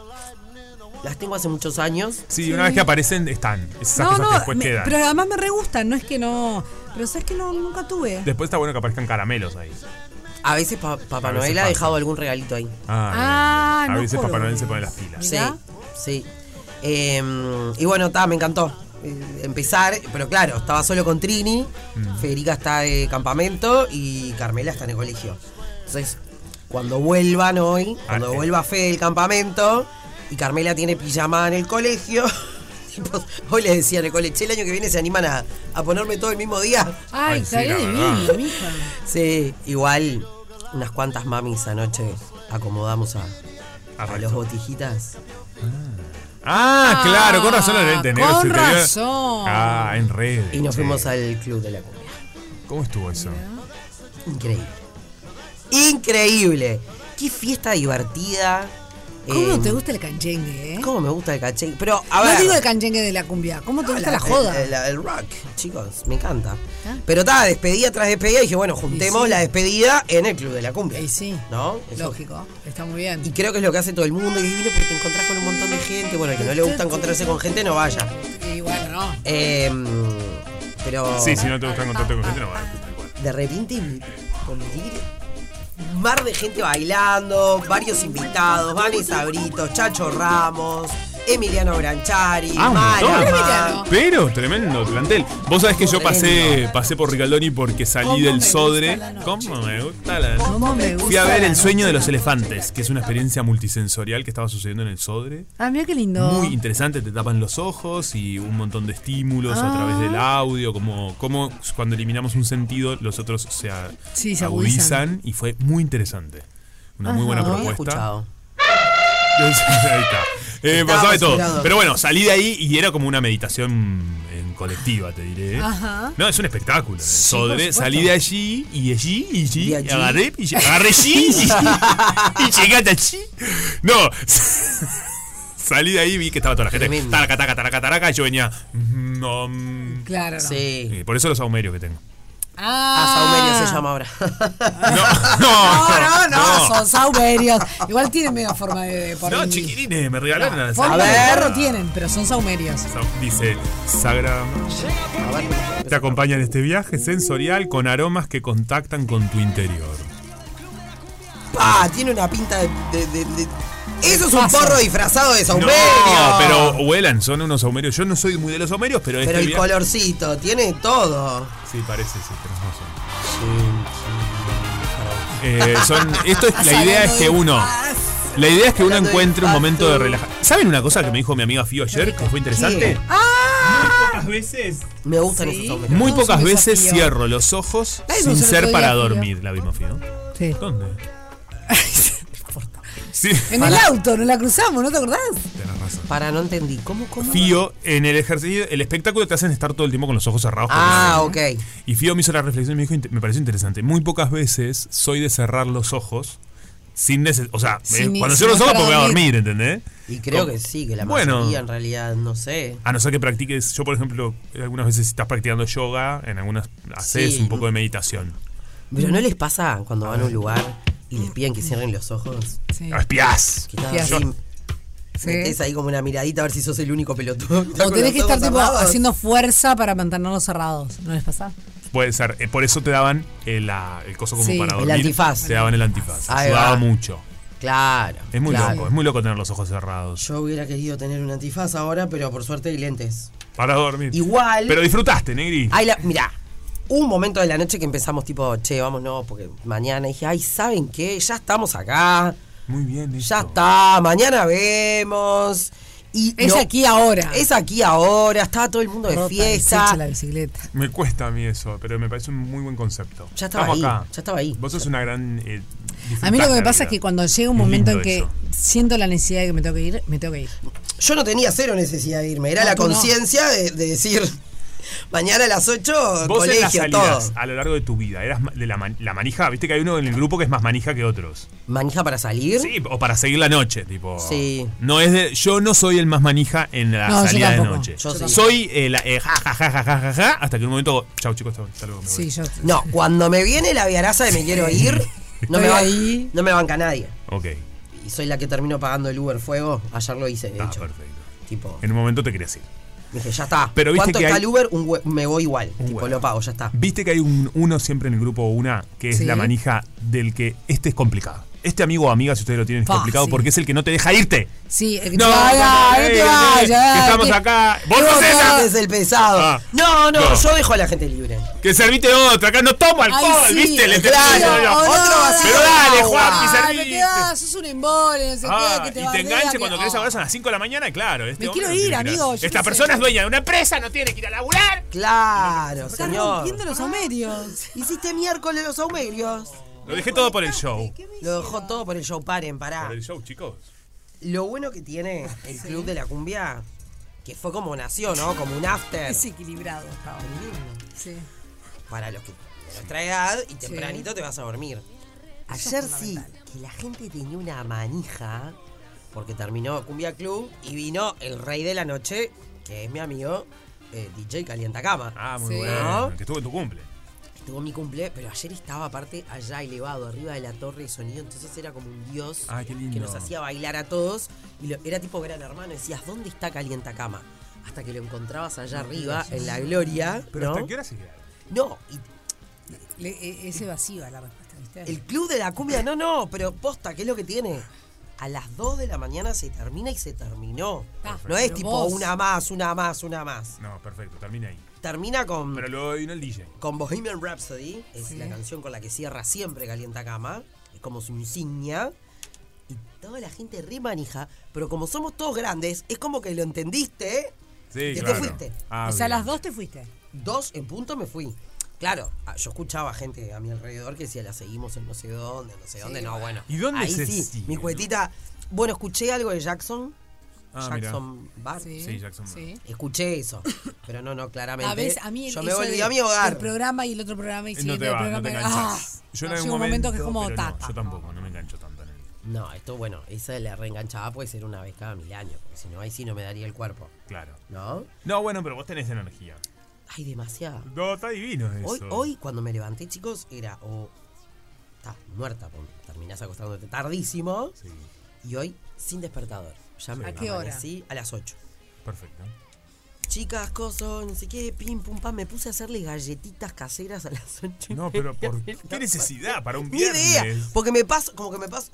Las tengo hace muchos años.
Sí, una vez que aparecen, están. Esas
No,
cosas que
no,
después
me-
quedan.
pero además me re gustan, no es que no. Pero sabes que no, nunca tuve.
Después está bueno que aparezcan caramelos ahí.
A veces pa- Papá
A veces
Noel ha
pasa.
dejado algún regalito ahí.
Ah,
Ah,
bien. a
no
veces
jodas.
Papá Noel se pone las pilas.
Sí, sí. Eh, y bueno, ta, me encantó eh, empezar, pero claro, estaba solo con Trini, Federica está de campamento y Carmela está en el colegio. Entonces, cuando vuelvan hoy, cuando
eh.
vuelva Fede del campamento y Carmela tiene pijamada en el colegio. tipo, Hoy les decía en el colegio, "Che, el año que viene se animan a, a ponerme todo el mismo día.
Ay,
Ay, sí,
estaría
la
divino,
verdad.
mija.
Sí, igual unas cuantas mamis anoche acomodamos a, a los botijitas.
Ah, claro, con razón los lentes negros.
con
se te vio-
razón.
Ah, en redes.
Y nos
che.
fuimos al Club de la Cumbia.
¿Cómo estuvo eso?
Increíble. Increíble. Qué fiesta divertida.
¿Cómo
Eh,
te gusta el canchengue, eh?
¿Cómo me gusta el cachengue? Pero, a
no
ver. eh,
digo el canchengue de la cumbia, ¿cómo te gusta la, Ah. joda?
El, el rock, chicos, me encanta. Pero estaba despedida tras despedida y dije, bueno, juntemos la despedida en el Club de la Cumbia. sí. ¿No? Eso-
Lógico, está muy bien.
Y creo que es lo que hace todo el mundo. Y es divino porque te encontrás con un montón de gente. Bueno, al que no le gusta encontrarse con gente, no vaya.
Y bueno, no.
Eh, pero.
Sí, si no te gusta encontrarte con gente, no va.
De repente convivir. Un mar de gente bailando, varios invitados, Vanessa Brito, Chacho Ramos, Emiliano Branchari,
Ah, un montón.
Mara.
Pero tremendo plantel. Vos sabés que yo pasé, pasé por Ricaldoni porque salí del Sodre. ¿Cómo me gusta la
¿Cómo me gusta
Fui a ver
la
El sueño de
noche?
los elefantes, que es una experiencia multisensorial que estaba sucediendo en el Sodre.
Ah, mira qué lindo.
Muy interesante, te tapan los ojos y un montón de estímulos a
Ah.
través del audio, como, como cuando eliminamos un sentido, los otros se, a-
Sí, se
agudizan y fue muy interesante. Una muy
Ajá.
buena
No había
propuesta.
escuchado.
Ahí está. Eh,
Estaba
pasaba de todo.
esperando.
Pero bueno, salí de ahí y era como una meditación en colectiva, te diré.
Ajá.
No, es un espectáculo. en el
por
Sodre,
supuesto.
salí de allí y allí y allí.
De allí.
Agarré y agarré allí y, y llegaste allí. No. Salí de ahí y vi que estaba toda la gente. Taraca, taraca, taraca, taraca. Y yo venía. mm, om.
Claro. no.
Eh, por eso los aumerios que tengo.
Ah,
Saumerio se llama ahora.
No, no,
Ah, no.
no, son saumerios. Igual tienen medio forma de
No,
porro.
chiquirines, me regalaron a
forma de porro tienen, pero son saumerios.
Dice Sagra. Te acompaña en este viaje sensorial con aromas que contactan con tu interior.
Pa, tiene una pinta de. de- de- de- Eso es un
Pasa.
porro disfrazado de saumerio.
No, pero huelan, son unos aumerios. Yo no soy muy de los aumerios, pero,
Pero
este
el
via-
colorcito, tiene todo.
Sí, parece, sí, tenés razón. Eh, son, esto es, la idea es que uno. La idea es que uno encuentre un momento de relajación. ¿Saben una cosa que me dijo mi amiga Fio ayer que fue interesante?
Ah.
Muy pocas veces.
Me gustan esos hombres.
Muy pocas veces cierro los ojos
La vimos
sin
el otro
ser
día,
para
Fio.
dormir. La vimos, Fio.
Sí.
¿Dónde? no Sí.
En el auto, nos la cruzamos, ¿no te acordás?
Tenés razón.
Para, no entendí. ¿Cómo, cómo?
Fío, en el ejercicio, el espectáculo te hacen estar todo el tiempo con los ojos cerrados.
Ah,
con el- Y Fío me hizo la reflexión y me dijo, "Inte- me pareció interesante. Muy pocas veces soy de cerrar los ojos sin necesidad. O sea,
Sin-
eh, cuando
sin
cierro los ojos
para
porque voy a dormir,
dormir.
¿entendés?
Y creo
Como-
que sí, que la
bueno,
mayoría en realidad, no sé.
A no ser que practiques, yo por ejemplo, eh, algunas veces si estás practicando yoga, en algunas haces
Sí.
un poco de meditación.
Pero ¿no les pasa cuando van a un lugar y les piden que cierren los ojos?
Sí.
No, espías.
Que están
Espías.
así,
Sí.
metés ahí como una miradita a ver si sos el único pelotudo. está
O
con
tenés
los
que estar
ojos
tipo
cerrados.
haciendo fuerza para mantenerlos cerrados. ¿No les pasa?
Puede ser. eh, por eso te daban el, la- el coso como
Sí,
para
el
dormir.
antifaz.
Te daban el antifaz.
Ahí
Ayudaba
va.
mucho.
Claro.
Es muy
claro.
loco, ¿eh? es muy loco tener los ojos cerrados.
Yo hubiera querido tener un antifaz ahora, pero por suerte hay lentes.
Para dormir.
Igual.
Pero disfrutaste, Negri.
Ay, la, mirá, un momento de la noche que empezamos tipo, che, vámonos, porque mañana dije, ay, ¿saben qué? Ya estamos acá.
Muy bien,
Ya está, mañana vemos. Y
Es aquí ahora.
Es aquí ahora, estaba todo el mundo de
Ropa,
fiesta.
desecha la bicicleta.
Me cuesta a mí eso, pero me parece un muy buen concepto.
Ya estaba
Estamos
ahí,
acá.
ya estaba ahí.
Vos sos una gran. eh,
A mí lo que me
disfrutás
pasa
la
es
vida.
que cuando llega un
Es
momento en
lindo
que
eso.
siento la necesidad de que me tengo que ir, me tengo que ir.
Yo no tenía cero necesidad de irme, era
No,
la
tú no.
conciencia de, de decir, mañana a las 8,
Vos en las
colegio, todo.
salidas a lo largo de tu vida, eras ma- de la, man- la manija, viste que hay uno en el grupo que es más manija que otros.
¿Manija para salir?
Sí, o para seguir la noche, tipo.
Sí.
No es de, yo no soy el más manija en la
No, yo
salida de
tampoco.
noche.
Yo sí.
Soy eh, la, eh, ja, ja, ja, ja, ja, ja, ja, hasta que en un momento, chau chicos, hasta hasta luego. me voy".
No, cuando me viene la viaraza de me quiero ir, no me,
Estoy
va- no me banca nadie.
Ok.
Y soy la que termino pagando el Uber Fuego. Ayer lo hice, de
Ah,
hecho.
perfecto.
Tipo.
En un momento te querías ir.
Dije, ya está.
Pero viste
¿Cuánto
que
está
hay-
el Uber? Un hue- me voy igual. tipo, lo pago, ya está.
Viste que hay un, uno siempre en el grupo, una, que es
Sí.
la manija del que este es complicado. Este amigo o amiga, si ustedes lo tienen, es
Fácil.
complicado porque es el que no te deja irte.
Sí, el que
No,
te vaya,
no,
no
eh,
te
eh,
vayas.
que estamos acá. Vos sos esa.
es el pesado.
Ah.
No, no,
No.
yo dejo a la gente libre.
Que servite otro, acá no tomo
Ay,
alcohol,
sí,
¿viste? Le-
claro,
Otro
no,
vacío.
no,
Pero dale,
no,
Juan,
no,
servite.
no te das, sos un embole, no sé
Ah,
qué, que te
y te
bardea,
enganche
que-
cuando querés ahora son las 5 de la mañana, claro. Este
Me
hombre
quiero
no tiene
ir,
que
amigo, yo
Esta
qué
persona
sé.
es dueña de una empresa, no tiene que ir a laburar.
Claro,
Estás
señor.
rompiendo
Ah.
los aumerios.
Hiciste miércoles los aumerios.
Lo dejé todo por el show.
Lo dejó todo por el show. Paren, pará.
Por el show, chicos.
Lo bueno que tiene el Club de la Cumbia, que fue como nació, ¿no? Como un after.
Es equilibrado, estaba Sí.
Para los que de nuestra edad y tempranito te vas a dormir. Ayer sí, que la gente tenía una manija, porque terminó Cumbia Club y vino el rey de la noche, que es mi amigo eh, DJ Calientacama.
Ah,
¿No?
muy bueno. Que estuvo en tu cumple.
Estuvo en mi cumple, pero ayer estaba aparte allá elevado, arriba de la torre de sonido, entonces era como un dios
Ah, qué lindo.
que nos hacía bailar a todos. Y lo- era tipo gran hermano, decías, ¿dónde está Calientacama? Hasta que lo encontrabas allá arriba, en la gloria.
Pero
¿no?
¿hasta qué hora se queda?
No, y
e, ese vacío a la respuesta, ¿viste?
el club de la cumbia, no, no, pero posta, ¿qué es lo que tiene? a las 2 de la mañana se termina y se terminó.
Perfecto.
No es
Pero
tipo
vos-
una más, una más, una más.
No, perfecto, termina
Mm.
ahí.
Termina con.
Pero luego vino el DJ.
Con Bohemian Rhapsody, es
Sí.
la canción con la que cierra siempre Calienta Cama, es como su insignia. Y toda la gente re manija, pero como somos todos grandes, es como que lo entendiste, ¿eh?
Sí,
y
claro.
te fuiste.
Ah, O sea, a bien. las
dos te fuiste. Dos en punto me fui. Claro, ah, yo escuchaba gente a mi alrededor que decía, la seguimos en no sé dónde, no sé
Sí,
dónde, no,
bueno.
bueno.
¿Y dónde
Ahí
se
sí,
sigue,
mi cuetita. Bueno, escuché algo de Jackson.
Ah, mirá.
Jackson Bar.
Sí, Sí, Jackson Bar. sí.
Escuché eso. Pero no, no, claramente.
A veces, a mí el-
yo me
eso
volví
de-
a mi hogar.
El programa y el otro programa y
no
siguiendo
te
el
va, no
programa.
te
ah,
enganchas. Yo en
llega
algún
un momento que es como
pero no,
ta,
yo tampoco, no me engancho tanto en él.
No, esto bueno, esa de la reenganchada puede ser una vez cada mil años, porque si no, ahí sí no me daría el cuerpo.
Claro.
¿No?
No, bueno, pero vos tenés energía.
Ay, demasiado.
No, está divino eso.
Hoy, hoy cuando me levanté, chicos, era o. estás muerta, porque terminás acostándote tardísimo. Y hoy sin despertador. Ya me
¿A qué hora?
Sí, a las 8.
Perfecto.
Chicas, coso, no sé qué, pim, pum, pam. Me puse a hacerle galletitas caseras a las 8.
No, pero ¿por qué necesidad para un
Ni idea,
viernes?
porque me paso, como que me paso.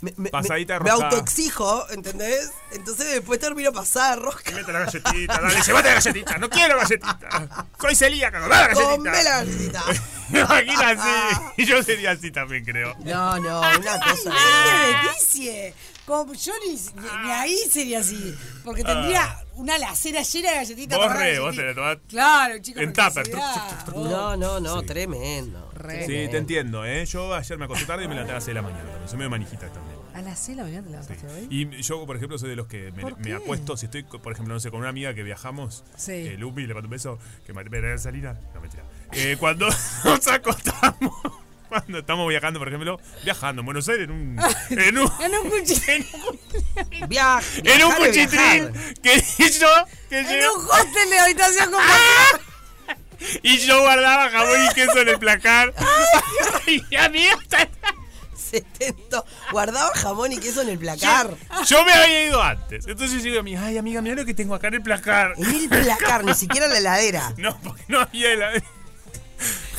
Me, me-
Pasadita
me-
de
Me
rosca.
autoexijo, ¿entendés? Entonces después termino pasada de rosca.
Mete la galletita, dale, llévate la galletita, no quiero galletita. Soy celíaca, no, dale la galletita.
Comé la galletita.
Me imagino así. Y yo sería así también, creo.
No, no, una cosa.
¡Qué delicie! Ah, Como yo ni, ni-
Ah.
ni ahí sería así. Porque tendría una lacera llena de galletitas.
Vos
para
re,
dar
vos te la
galletitas.
tomás.
Claro, chicos.
En tupper.
No, no, no, tremendo.
Sí, te entiendo, ¿eh? Yo ayer me acosté tarde y me levanté a las 6 de la mañana también. Soy medio manijita también.
A las 6 de Ah, la mañana te levantaste hoy.
Y yo, por ejemplo, soy de los que me,
¿Por
me
qué?
acuesto, si estoy, co- por ejemplo, no sé, con una amiga que viajamos,
Sí.
eh, Lupi, le mando un beso, que me da salina. No, mentira. Eh, cuando nos acostamos, cuando estamos viajando, por ejemplo, viajando en Buenos Aires, en un, en un,
En un cuchitrín.
Viaje.
en un cuchitrín, que yo, que
En
llego-
un hostel de habitación
Ah,
compartida.
y yo guardaba jamón y queso en el placar. y a mí hasta...
Se tentó. Guardaba jamón y queso en el placar.
Yo me había ido antes. Entonces yo digo a mi ay, amiga, mira lo que tengo acá en el placar.
En el placar, ni siquiera en la heladera.
No, porque no había helado.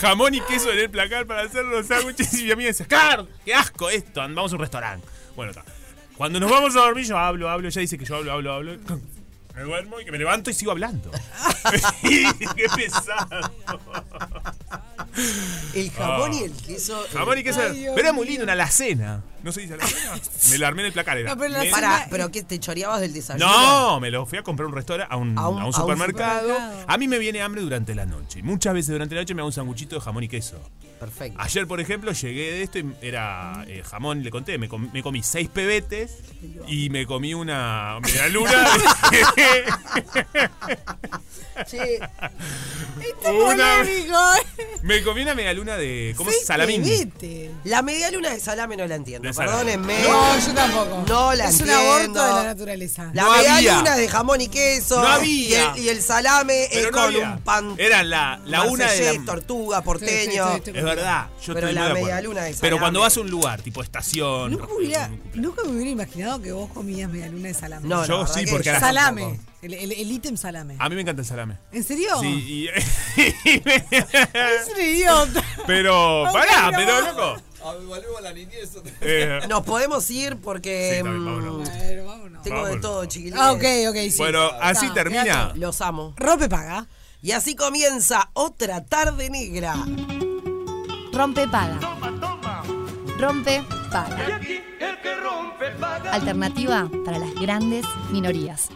Jamón y queso en el placar para hacer los sándwiches. Y mi amiga dice, ¡Car! ¡Qué asco esto! and- Vamos a un restaurante. Bueno, está. Cuando nos vamos a dormir, yo hablo, hablo. Ella dice que yo hablo, hablo, hablo. Me duermo y que me levanto y sigo hablando. ¡Qué pesado!
El jamón y el queso.
Ah. Jamón y queso.
Ay, Dios
pero era muy
mío.
lindo, una alacena. ¿No se dice alacena? me la armé en el placar. Era.
pero,
Me-
que te choreabas del desayuno.
No, me lo fui a comprar a un restaurante, a un, a
A un-
un
a un
supermercado.
supermercado.
A mí me viene hambre durante la noche. Muchas veces durante la noche me hago un sanguchito de jamón y queso.
Perfecto.
Ayer, por ejemplo, llegué de esto y era eh, jamón, le conté, me, com- me comí seis pebetes y me comí una medialuna.
Che, este
esto
Una-
polémico.
me comí una medialuna de. ¿Cómo
Sí,
es? Salamín.
viviste. La media luna de salame no la entiendo.
De salame.
Perdónenme.
No, yo tampoco.
No la
es un
entiendo.
aborto de la naturaleza.
La
No
media
había.
luna de jamón y queso.
No había.
Y el, y el salame
Pero
es
no
eh, con
había.
un pan.
Era la, la una de
marsellés,
la.
tortuga, porteño.
Es verdad, yo
Pero
estoy
la
muy de acuerdo.
media luna de salame.
Pero cuando vas a un lugar, tipo estación.
Nunca, hubiera- nunca me hubiera imaginado que vos comías medialuna de salame. Eh,
No, la Yo verdad sí, que porque yo era-
Salame.
tampoco.
El, el- el ítem salame.
A mí me encanta el salame.
¿En serio?
Sí, y-
Es un idiota.
pero.
Ok,
¡Pará!
no.
Pero loco.
Volvemos a la niñez.
Eh.
Nos podemos ir porque. mm, Tengo de
Vámonos.
todo, chiquilines.
Ah, ok, ok, sí.
Bueno, así
Está,
termina.
Los amo.
Rompe paga.
Y así comienza otra tarde negra.
Rompe paga. Rompe paga. Alternativa para las grandes minorías.